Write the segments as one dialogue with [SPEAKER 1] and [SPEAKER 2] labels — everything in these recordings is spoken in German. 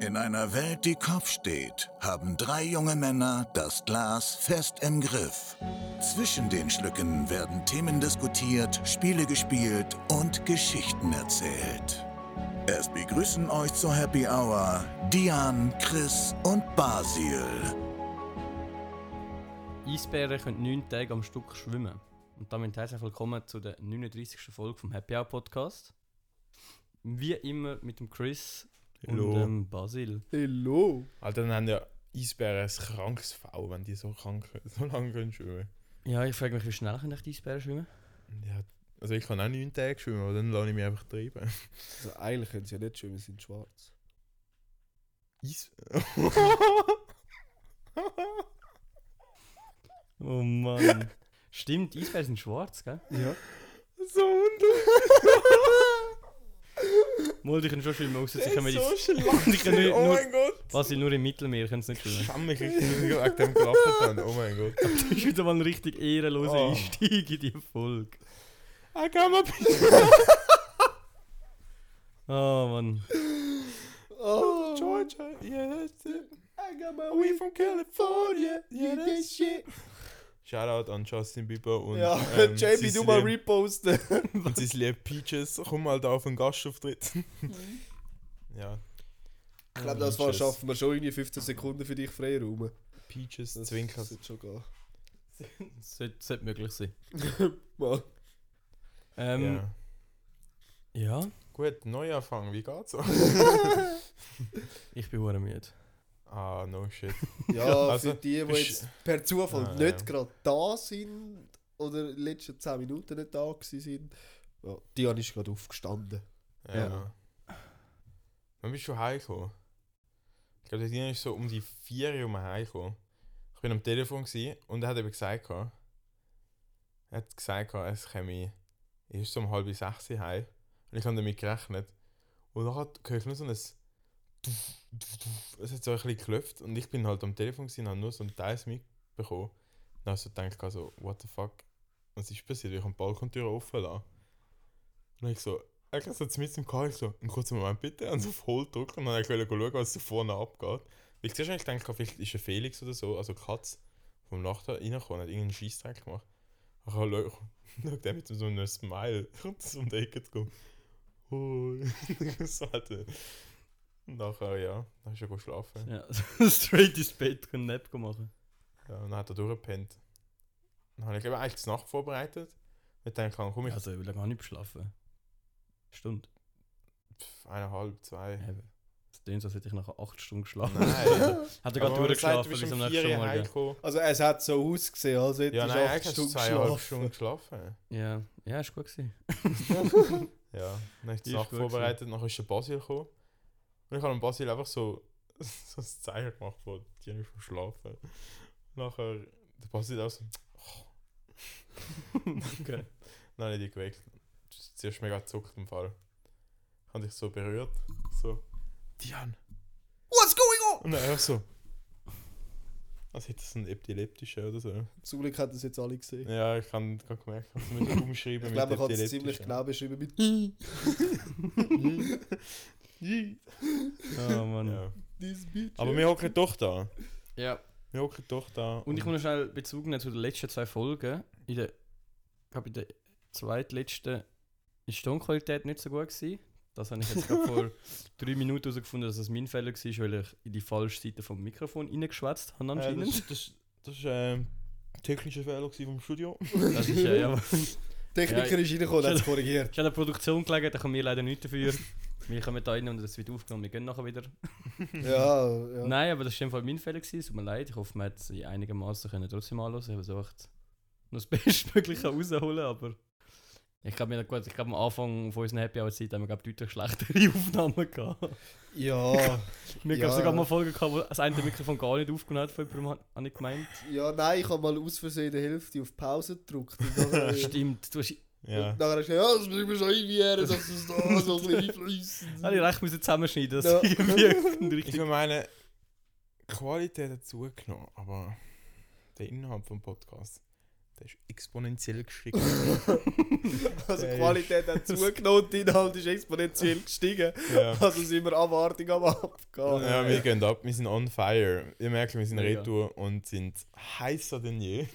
[SPEAKER 1] In einer Welt, die Kopf steht, haben drei junge Männer das Glas fest im Griff. Zwischen den Schlücken werden Themen diskutiert, Spiele gespielt und Geschichten erzählt. Es begrüßen euch zur Happy Hour Dian, Chris und Basil.
[SPEAKER 2] Eisbären können neun Tage am Stück schwimmen. Und damit herzlich willkommen zu der 39. Folge vom Happy Hour Podcast. Wie immer mit dem Chris und
[SPEAKER 3] Hallo.
[SPEAKER 4] ähm,
[SPEAKER 2] dem Basil.
[SPEAKER 4] Hallo.
[SPEAKER 3] Alter, dann haben ja Eisbären ein krankes Fell, wenn die so, krank, so lange können schwimmen
[SPEAKER 2] Ja, ich frage mich, wie schnell können echt Eisbären schwimmen?
[SPEAKER 3] können. Ja, also ich kann auch neun Tage schwimmen, aber dann lasse ich mich einfach treiben.
[SPEAKER 4] Also eigentlich können sie ja nicht schwimmen, sie sind schwarz.
[SPEAKER 3] Eis...
[SPEAKER 2] Oh Mann. Stimmt, Eisbären sind schwarz, gell?
[SPEAKER 4] Ja.
[SPEAKER 3] so wunderbar.
[SPEAKER 2] Mal, die können schon schwimmen, außer sie
[SPEAKER 3] Das
[SPEAKER 2] können
[SPEAKER 3] ist so
[SPEAKER 2] nicht. Die
[SPEAKER 3] schlecht.
[SPEAKER 2] können nicht-
[SPEAKER 3] Oh
[SPEAKER 2] nur-
[SPEAKER 3] mein Gott.
[SPEAKER 2] Basil, nur im Mittelmeer können sie nicht
[SPEAKER 3] Ich
[SPEAKER 2] schwimmen.
[SPEAKER 3] schäme mich richtig, dass ich wegen dem gelacht habe. Oh mein Gott.
[SPEAKER 2] Das ist wieder mal ein richtig ehrenloser
[SPEAKER 3] Oh.
[SPEAKER 2] Einstieg in die Folge.
[SPEAKER 3] I come up
[SPEAKER 2] Oh Mann.
[SPEAKER 4] Oh,
[SPEAKER 3] Georgia. Yeah, that's it.
[SPEAKER 4] I got my
[SPEAKER 3] We from California.
[SPEAKER 4] Yeah,
[SPEAKER 3] Yeah,
[SPEAKER 4] that
[SPEAKER 3] that's
[SPEAKER 4] shit.
[SPEAKER 3] Shoutout an Justin Bieber und
[SPEAKER 4] Ja,
[SPEAKER 3] ähm,
[SPEAKER 4] JB, du mal
[SPEAKER 3] Sissi
[SPEAKER 4] reposten.
[SPEAKER 3] Und sein Lied Peaches, komm mal da auf den Gastauftritt. ja,
[SPEAKER 4] Ich glaube, das war
[SPEAKER 3] Peaches.
[SPEAKER 4] schaffen wir schon irgendwie 15 Sekunden für dich freiraum.
[SPEAKER 3] Peaches,
[SPEAKER 4] Das
[SPEAKER 3] Zwinkers.
[SPEAKER 4] sollte schon gehen.
[SPEAKER 2] Sollte, sollte möglich sein.
[SPEAKER 4] Mal.
[SPEAKER 2] Ähm,
[SPEAKER 3] Ja.
[SPEAKER 2] ja.
[SPEAKER 3] Gut, Neuanfang, wie geht's?
[SPEAKER 2] Ich bin hure müde.
[SPEAKER 3] ah, no shit.
[SPEAKER 4] Ja,
[SPEAKER 3] also,
[SPEAKER 4] für die, die
[SPEAKER 3] bist-
[SPEAKER 4] jetzt per Zufall
[SPEAKER 3] Ah,
[SPEAKER 4] nicht
[SPEAKER 3] ja.
[SPEAKER 4] gerade da sind oder in den letzten 10 Minuten nicht da gewesen sind. Ja, Dian ist gerade aufgestanden.
[SPEAKER 3] Ja.
[SPEAKER 4] Ja.
[SPEAKER 3] Wann bist du heimgekommen? Ich glaube, der Dino ist so um die 4 Uhr heim heimgekommen. Ich bin am Telefon gewesen und er hat eben gesagt, gehabt- er hat gesagt, gehabt, es käme erst so um halb sechs Uhr heim. Und ich habe damit gerechnet. Und dann hat höre ich nur so ein Tuff, Tuff, Tuff. es hat so ein bisschen geklopft und ich bin halt am Telefon gewesen und habe nur so ein Teil mitbekommen. Dann habe ich so gedacht, gehabt, so, what the fuck, was ist passiert? Ich habe die Balkontür offen lassen. Und dann habe ich so, eigentlich so zumindest im Karl so, einen kurzen Moment bitte, und so voll drücken und dann wollte ich schauen, was da vorne abgeht. Weil zuerst habe ich gedacht, vielleicht ist ein Felix oder so, also Katz, vom Nacht reingekommen, hat irgendeinen Scheißdreck gemacht. Ich habe geschaut, schau der mit so einem Smile, kommt so um die Ecke zu kommen. Hoi. so hat er. Und Nachher, ja, dann ist er go schlafen.
[SPEAKER 2] Ja, straight ins Bett und Nap machen.
[SPEAKER 3] Ja, und dann hat er durchgepennt. Dann habe ich eben eigentlich die Nacht vorbereitet. Und dann kann komm ich
[SPEAKER 2] Also, ich will gar nicht schlafen. Stunde.
[SPEAKER 3] pff, eineinhalb, zwei.
[SPEAKER 2] Eben. Das klingt so, als hätte ich nachher 8 Stunden geschlafen.
[SPEAKER 3] Nein.
[SPEAKER 2] Hat er
[SPEAKER 3] Aber
[SPEAKER 2] gerade
[SPEAKER 3] wenn man sagt,
[SPEAKER 2] durchgeschlafen
[SPEAKER 3] du bist
[SPEAKER 2] bis
[SPEAKER 3] um
[SPEAKER 2] am
[SPEAKER 3] vier
[SPEAKER 2] nächsten
[SPEAKER 3] Uhr
[SPEAKER 2] Morgen.
[SPEAKER 3] heimgekommen.
[SPEAKER 4] Also es hat so ausgesehen, als hätte
[SPEAKER 3] Ja,
[SPEAKER 4] ich
[SPEAKER 3] nein,
[SPEAKER 4] acht
[SPEAKER 3] eigentlich hast du
[SPEAKER 4] Stunden
[SPEAKER 3] zweieinhalb
[SPEAKER 4] geschlafen.
[SPEAKER 3] Stunden geschlafen.
[SPEAKER 2] Ja, ja, ist gut gewesen.
[SPEAKER 3] Ja, dann habe ich die
[SPEAKER 2] Ist
[SPEAKER 3] Sache
[SPEAKER 2] gut
[SPEAKER 3] vorbereitet, nachher ist der Basil gekommen. Und ich habe dem Basil einfach so, so ein Zeichen gemacht, wo die nicht verschlafen. Nachher, der Basil auch so, oh.
[SPEAKER 2] okay.
[SPEAKER 3] nein, nicht die geweckt. Zuerst mega zuckt im Fall. Ich habe dich so berührt, so, Dian.
[SPEAKER 4] What's going on?
[SPEAKER 3] Und dann einfach so, als hätte es einen epileptischen oder so.
[SPEAKER 4] Zum Glück hat das jetzt alle gesehen.
[SPEAKER 3] Ja, ich habe gerade gemerkt, ich habe es umschreiben
[SPEAKER 4] Ich glaube, man kann es
[SPEAKER 3] epileptischen.
[SPEAKER 4] ziemlich genau beschreiben mit
[SPEAKER 2] Oh Mann. Ja.
[SPEAKER 3] Ja.
[SPEAKER 4] «This bitch».
[SPEAKER 3] Aber wir hocken doch da. Wir hocken doch da.
[SPEAKER 2] Und ich muss noch schnell Bezug nehmen zu den letzten zwei Folgen. In der, ich glaube, in der zweitletzten ist die Tonqualität nicht so gut gewesen. Das habe ich jetzt gerade vor drei Minuten herausgefunden, dass das mein Fehler war, weil ich in die falsche Seite vom Mikrofon reingeschwätzt habe
[SPEAKER 3] Äh,
[SPEAKER 2] anscheinend.
[SPEAKER 3] das, das, das ist ähm, technischer Fehler gewesen vom Studio.
[SPEAKER 2] Das ist ja, ja.
[SPEAKER 4] Techniker
[SPEAKER 2] Ja,
[SPEAKER 4] ist reingekommen und hat es
[SPEAKER 2] Schon-
[SPEAKER 4] korrigiert.
[SPEAKER 2] Ich habe eine Produktion gelegen, da können wir leider nichts dafür. Wir kommen da rein und das wird aufgenommen, wir gehen nachher wieder.
[SPEAKER 4] Ja, ja.
[SPEAKER 2] Nein, aber das war in dem Fall mein Fehler, gewesen, es tut mir leid. Ich hoffe, man hat es in einigermaßen können trotzdem anhören. Ich habe versucht, noch das Bestmögliche rausholen, aber... Ich glaube, wir haben- gut, ich glaube, am Anfang von unserer Happy Hour Zeit haben wir glaube, deutlich schlechtere Aufnahmen gehabt.
[SPEAKER 4] Ja,
[SPEAKER 2] Wir
[SPEAKER 4] Ja.
[SPEAKER 2] haben sogar mal Folgen gehabt, wo das eine Mikrofon gar nicht aufgenommen hat, von jemandem, habe ich gemeint.
[SPEAKER 4] ja, nein, ich habe mal aus Versehen die Hälfte auf Pause gedrückt. Und nachher,
[SPEAKER 2] Stimmt, du hast...
[SPEAKER 3] Ja.
[SPEAKER 4] und nachher hast du gesagt, ja, das müssen wir schon einwähren, dass es da so ein bisschen einfließen.
[SPEAKER 2] Alle recht müssen zusammenschneiden, dass
[SPEAKER 4] Ja.
[SPEAKER 2] irgendwie
[SPEAKER 3] Ich
[SPEAKER 2] richtig...
[SPEAKER 3] meine, die Qualität hat zugenommen, aber der Inhalt vom Podcast Der ist exponentiell geschickt.
[SPEAKER 4] Also
[SPEAKER 3] Der
[SPEAKER 4] die Qualität hat zugenommen und der Inhalt ist exponentiell gestiegen.
[SPEAKER 3] ja.
[SPEAKER 4] Also sind wir Anwartung am Abgehen.
[SPEAKER 3] ja, wir gehen ab, wir sind on fire. Ihr merkt, wir sind
[SPEAKER 2] Oh, Mega.
[SPEAKER 3] retour und sind heißer denn je.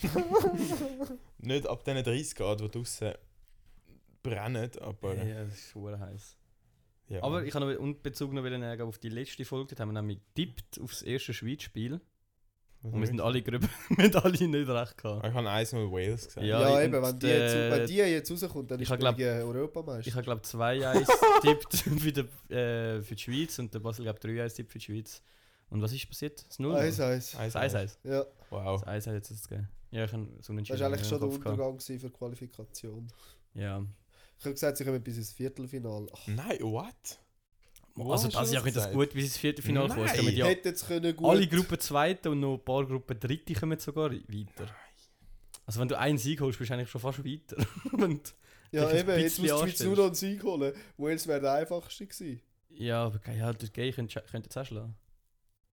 [SPEAKER 3] Nicht ab diesen 30 Grad, die draußen brennen, aber. Ja.
[SPEAKER 2] Ja, das ist schwer heiß. Aber ich habe noch einen Bezug noch wollen nehmen auf die letzte Folge. Da haben wir nämlich getippt auf das erste Schweizspiel.
[SPEAKER 3] Was
[SPEAKER 2] Und wir sind
[SPEAKER 3] ist?
[SPEAKER 2] alle gröb, wir haben alle nicht recht gehabt.
[SPEAKER 3] Ah, Ich habe 1-0 Wales gesagt.
[SPEAKER 2] Ja,
[SPEAKER 4] Ja,
[SPEAKER 2] und,
[SPEAKER 4] eben, wenn die,
[SPEAKER 2] äh,
[SPEAKER 4] jetzt, wenn die jetzt rauskommt, dann
[SPEAKER 2] ich
[SPEAKER 4] ist
[SPEAKER 2] hab glaub-
[SPEAKER 4] die Europameister.
[SPEAKER 2] Ich habe, glaube ich, 2-1 getippt für, die, äh, für die Schweiz und der Basel, glaube 3-1 tippt für die Schweiz. Und was ist passiert? Das 0
[SPEAKER 4] Eins, eins.
[SPEAKER 2] Das 1-1.
[SPEAKER 3] 1-1.
[SPEAKER 4] Ja,
[SPEAKER 3] Wow.
[SPEAKER 2] Das 1-1 hat es jetzt gegeben. Ja, ich habe es unentschieden.
[SPEAKER 4] das war eigentlich
[SPEAKER 2] im
[SPEAKER 4] schon der
[SPEAKER 2] Kopf gehabt.
[SPEAKER 4] Untergang gewesen für die Qualifikation.
[SPEAKER 2] Ja.
[SPEAKER 4] Ich habe gesagt, sie kommen bis ins Viertelfinale. Ach,
[SPEAKER 3] Nein, what? Wo
[SPEAKER 2] also
[SPEAKER 3] hast du
[SPEAKER 2] das Jahr
[SPEAKER 3] das
[SPEAKER 2] könnte das
[SPEAKER 3] gesagt?
[SPEAKER 2] gut bis ins Viertelfinale kommen. Es
[SPEAKER 3] Nein.
[SPEAKER 2] kommen ja
[SPEAKER 4] hätte jetzt können gut.
[SPEAKER 2] alle Gruppen Zweite und noch ein paar Gruppen Dritte kommen sogar weiter. Also wenn du einen Sieg holst, bist du eigentlich schon fast weiter. und,
[SPEAKER 4] Ja,
[SPEAKER 2] dich ein
[SPEAKER 4] eben, jetzt
[SPEAKER 2] bisschen
[SPEAKER 4] muss die Schweiz
[SPEAKER 2] anstellst.
[SPEAKER 4] nur noch einen Sieg holen. Wales wäre der einfachste gewesen.
[SPEAKER 2] ja, aber geil, ja, das Gay könnte könnte jetzt auch schlagen.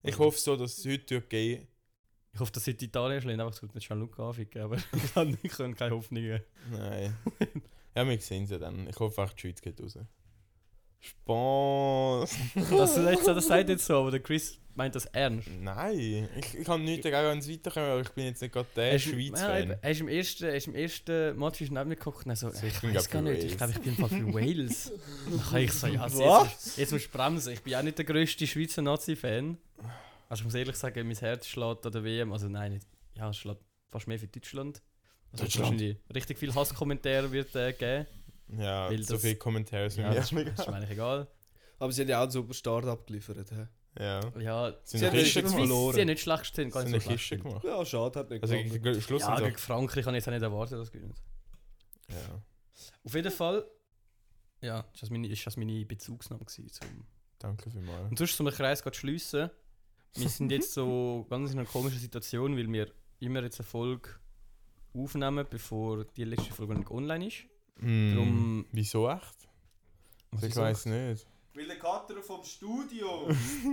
[SPEAKER 3] Ich hoffe so, dass heute Türkei.
[SPEAKER 2] Ich hoffe, dass sie die Italien schlägt, einfach es kommt nicht Gianluca anficken, aber ich habe nicht- können keine Hoffnungen.
[SPEAKER 3] Nein. ja, wir sehen sie dann. Ich hoffe auch, die Schweiz geht raus. Spaß.
[SPEAKER 2] Das, ist jetzt, das sagt jetzt so, aber der Chris meint das ernst.
[SPEAKER 3] Nein, ich, ich habe nichts dagegen, wenn es weiterkommt, aber ich bin jetzt nicht gerade
[SPEAKER 2] Er
[SPEAKER 3] der
[SPEAKER 2] ist- ja, eben,
[SPEAKER 3] Schweiz-Fan.
[SPEAKER 2] er ist im ersten, er ist im ersten Match ist neben mir gekocht und er so,
[SPEAKER 3] So, ich
[SPEAKER 2] ich
[SPEAKER 3] bin
[SPEAKER 2] weiß
[SPEAKER 3] glaub
[SPEAKER 2] gar
[SPEAKER 3] für
[SPEAKER 2] nicht, ich glaube,
[SPEAKER 3] Wales.
[SPEAKER 2] ich bin im Fall für Wales. Dann kann ich so, ja, also
[SPEAKER 4] Was?
[SPEAKER 2] jetzt, jetzt musst du bremsen. Ich bin auch nicht der grösste Schweizer Nazi-Fan. Also ich muss ehrlich sagen, mein Herz schlägt an der WM, also nein, nicht, ja, es schlägt fast mehr für Deutschland. Also
[SPEAKER 3] Deutschland.
[SPEAKER 2] wahrscheinlich richtig viel Hasskommentare wird äh, geben.
[SPEAKER 3] Ja,
[SPEAKER 2] Weil
[SPEAKER 3] so
[SPEAKER 2] das-
[SPEAKER 3] viele Kommentare ist
[SPEAKER 2] Ja,
[SPEAKER 3] mir
[SPEAKER 2] das,
[SPEAKER 3] nicht
[SPEAKER 2] ist- das ist mir eigentlich egal.
[SPEAKER 4] Aber sie haben ja auch einen super Start abgeliefert. He?
[SPEAKER 3] Ja.
[SPEAKER 2] Ja,
[SPEAKER 3] Sie
[SPEAKER 2] sie
[SPEAKER 3] haben
[SPEAKER 2] haben
[SPEAKER 3] eine
[SPEAKER 2] nicht
[SPEAKER 3] Kiste
[SPEAKER 2] Swiss-
[SPEAKER 4] verloren.
[SPEAKER 2] Sie haben nicht schlecht gespielt,
[SPEAKER 3] Sie
[SPEAKER 2] gar
[SPEAKER 3] haben
[SPEAKER 2] nicht
[SPEAKER 3] eine
[SPEAKER 2] so schlecht
[SPEAKER 3] Kiste
[SPEAKER 2] gespielt.
[SPEAKER 3] gemacht.
[SPEAKER 4] Ja, schade, hat nicht
[SPEAKER 3] Also,
[SPEAKER 4] gelangt.
[SPEAKER 3] gegen Schluss
[SPEAKER 2] Ja,
[SPEAKER 3] ja,
[SPEAKER 2] gegen Frankreich habe ich jetzt auch nicht erwartet, dass sie gewinnen.
[SPEAKER 3] ja.
[SPEAKER 2] Auf jeden Fall, ja, ist das meine, ist das meine Bezugsnahme gewesen. Zum
[SPEAKER 3] Danke vielmals.
[SPEAKER 2] und sonst, um den Kreis gerade zu schliessen, wir sind jetzt so ganz in einer komischen Situation, weil wir immer jetzt eine Folge aufnehmen, bevor die letzte Folge noch nicht online ist.
[SPEAKER 3] Mm.
[SPEAKER 2] Drum-
[SPEAKER 3] Wieso echt? ich weiß nicht.
[SPEAKER 4] Weil der Kater vom Studio.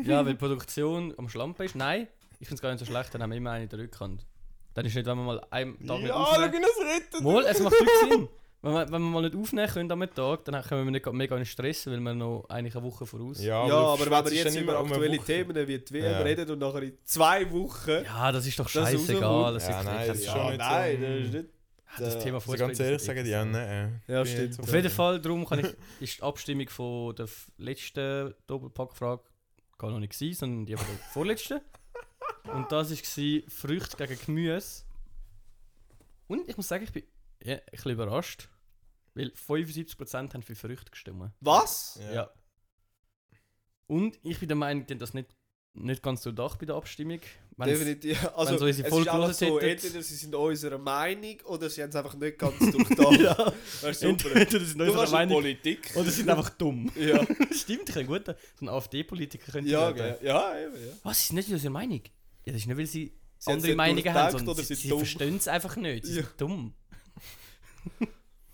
[SPEAKER 2] Ja, weil die Produktion am Schlampen ist. Nein, ich finde es gar nicht so schlecht, dann haben wir immer eine in der Rückhand. Dann ist nicht, wenn wir mal einen Tag nicht aufnehmen.
[SPEAKER 3] das rettet!
[SPEAKER 2] Mal, es macht wirklich Sinn. Wenn wir, wenn wir mal nicht aufnehmen können am Tag, dann können wir nicht mega in den Stress, weil wir noch eigentlich eine Woche voraus.
[SPEAKER 3] Ja,
[SPEAKER 4] Ja,
[SPEAKER 3] du
[SPEAKER 4] aber wenn
[SPEAKER 3] schwätzt
[SPEAKER 4] wir jetzt
[SPEAKER 3] dann
[SPEAKER 4] über
[SPEAKER 3] immer um eine
[SPEAKER 4] aktuelle
[SPEAKER 3] Woche.
[SPEAKER 4] Themen wie die WM
[SPEAKER 3] Ja.
[SPEAKER 4] reden und nachher in zwei Wochen.
[SPEAKER 2] Ja, das ist doch
[SPEAKER 4] Das ist
[SPEAKER 2] scheißegal.
[SPEAKER 4] rausgeholt.
[SPEAKER 2] Das,
[SPEAKER 3] Ja,
[SPEAKER 2] ist
[SPEAKER 3] nein,
[SPEAKER 2] wirklich
[SPEAKER 3] das ist
[SPEAKER 2] egal.
[SPEAKER 3] schon
[SPEAKER 4] Ja,
[SPEAKER 3] nicht
[SPEAKER 4] nein,
[SPEAKER 3] so,
[SPEAKER 4] das ist
[SPEAKER 3] mm.
[SPEAKER 4] nicht.
[SPEAKER 2] das
[SPEAKER 4] äh,
[SPEAKER 2] Thema
[SPEAKER 3] Also
[SPEAKER 2] Fußball.
[SPEAKER 3] ganz
[SPEAKER 2] ist
[SPEAKER 3] ehrlich
[SPEAKER 2] wirklich
[SPEAKER 3] sagen, ja,
[SPEAKER 2] so.
[SPEAKER 3] nein.
[SPEAKER 4] Ja,
[SPEAKER 3] Bin
[SPEAKER 4] stimmt.
[SPEAKER 3] jetzt
[SPEAKER 2] Auf jeden Fall, darum kann ich, ist die Abstimmung von der f- letzten Doppelpackfrage gar noch nicht gewesen, sondern die von der vorletzten. Und das war Früchte gegen Gemüse. Und ich muss sagen, ich bin ja, ein bisschen überrascht, weil 75% haben für Früchte gestimmt.
[SPEAKER 4] Was?
[SPEAKER 3] Ja.
[SPEAKER 2] Ja. Und ich bin der Meinung, die haben das nicht, nicht ganz durchdacht bei der Abstimmung. Wenn es-
[SPEAKER 4] Definitiv. Also,
[SPEAKER 2] so
[SPEAKER 4] es
[SPEAKER 2] unsere
[SPEAKER 4] ist
[SPEAKER 2] Folge
[SPEAKER 4] einfach so,
[SPEAKER 2] gehört hätten-
[SPEAKER 4] entweder sie sind unserer Meinung oder sie haben es einfach nicht ganz durchdacht. ja.
[SPEAKER 2] ja,
[SPEAKER 4] Das ist super.
[SPEAKER 2] entweder sind
[SPEAKER 4] Du
[SPEAKER 2] unsere
[SPEAKER 4] kannst in die
[SPEAKER 2] Meinung
[SPEAKER 4] Politik.
[SPEAKER 2] oder sind einfach dumm.
[SPEAKER 4] ja,
[SPEAKER 2] Stimmt, ich gut. So ein AfD-Politiker könnte
[SPEAKER 4] ja,
[SPEAKER 2] ich
[SPEAKER 4] gell. ja, eben, ja.
[SPEAKER 2] Was ist nicht unsere Meinung? Ja, das ist nicht, weil sie,
[SPEAKER 4] Sie haben's
[SPEAKER 2] andere
[SPEAKER 4] nicht
[SPEAKER 2] Meinungen
[SPEAKER 4] durchdacht
[SPEAKER 2] haben, sondern
[SPEAKER 4] oder
[SPEAKER 2] sie,
[SPEAKER 4] sind
[SPEAKER 2] sie
[SPEAKER 4] dumm.
[SPEAKER 2] verstehen es einfach nicht. Sie
[SPEAKER 4] Ja.
[SPEAKER 2] sind dumm.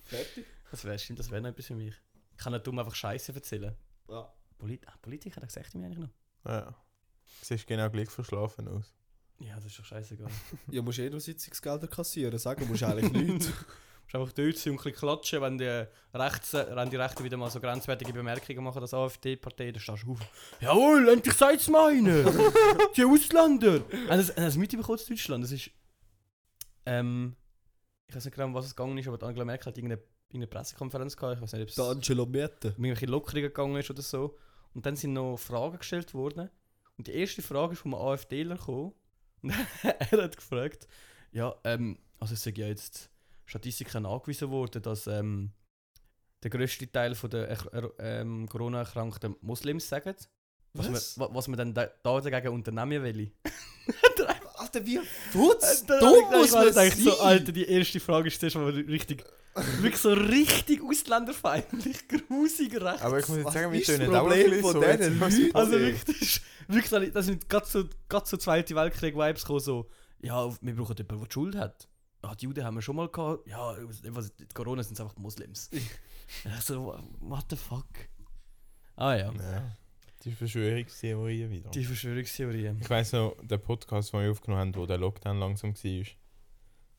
[SPEAKER 4] Fertig.
[SPEAKER 2] Das wäre stimmt, das wäre noch etwas für mich. Ich kann nicht dumm einfach Scheiße erzählen.
[SPEAKER 4] Ja.
[SPEAKER 2] Polit ah, Politiker, das sagt mir eigentlich noch.
[SPEAKER 3] Ja. Siehst genau gleich verschlafen aus.
[SPEAKER 2] Ja, das ist doch scheißegal. Du
[SPEAKER 4] ja, musst eh nur Sitzungsgelder kassieren, sagen musst eigentlich nichts.
[SPEAKER 2] musst einfach dort sein und ein bisschen klatschen, wenn die, Rechts, wenn die Rechten wieder mal so grenzwertige Bemerkungen machen, dass AfD-Partei, dann stehst du auf. Jawohl, endlich seid's meine! die Ausländer! Und das, und das mitbekommen in Deutschland, das ist... Ähm, ich weiß nicht genau, um was es gegangen ist, aber die Angela Merkel hat irgendeine, irgendeine Pressekonferenz gehabt, ich weiß nicht, ob es...
[SPEAKER 4] Der Angelo Miete.
[SPEAKER 2] um irgendwelche Lockerungen gegangen ist oder so. Und dann sind noch Fragen gestellt worden. Und die erste Frage ist von einem AfDler gekommen. Und er hat gefragt, ja, ähm, also es sind ja jetzt Statistiken angewiesen worden, dass ähm, der grösste Teil von der Erk- er, ähm, Corona-erkrankten Muslims sagen. Was,
[SPEAKER 4] Was?
[SPEAKER 2] Man, wa- was man dann da, da dagegen unternehmen will.
[SPEAKER 4] Alter, wie futz
[SPEAKER 2] Dann
[SPEAKER 4] dumm
[SPEAKER 2] hab ich
[SPEAKER 4] muss
[SPEAKER 2] gedacht,
[SPEAKER 4] man
[SPEAKER 2] ich
[SPEAKER 4] sein?
[SPEAKER 2] dachte so, Alter, die erste Frage ist das, aber richtig, wirklich so richtig ausländerfeindlich, grusig rechts.
[SPEAKER 3] Aber ich muss jetzt
[SPEAKER 4] Was
[SPEAKER 3] sagen, wir
[SPEAKER 4] ist das
[SPEAKER 3] tönen auch
[SPEAKER 4] Problem
[SPEAKER 3] ein bisschen
[SPEAKER 4] von
[SPEAKER 3] so.
[SPEAKER 4] diesen
[SPEAKER 3] jetzt muss ich-
[SPEAKER 4] Leuten?
[SPEAKER 2] Also
[SPEAKER 4] Okay.
[SPEAKER 2] wirklich, das ist- wirklich, das ist- das sind gerade so, grad so Zweite Weltkrieg-Vibes gekommen, so, ja, wir brauchen jemanden, der die Schuld hat. Ah, die Juden haben wir schon mal gehabt, ja, was, die Corona sind einfach Muslims. Ich so, what the fuck? Ah ja,
[SPEAKER 3] Ja. Die Verschwörungstheorien wieder.
[SPEAKER 2] die Verschwörungstheorien.
[SPEAKER 3] Ich weiss noch, der Podcast, den wir aufgenommen haben, wo der Lockdown langsam war, Und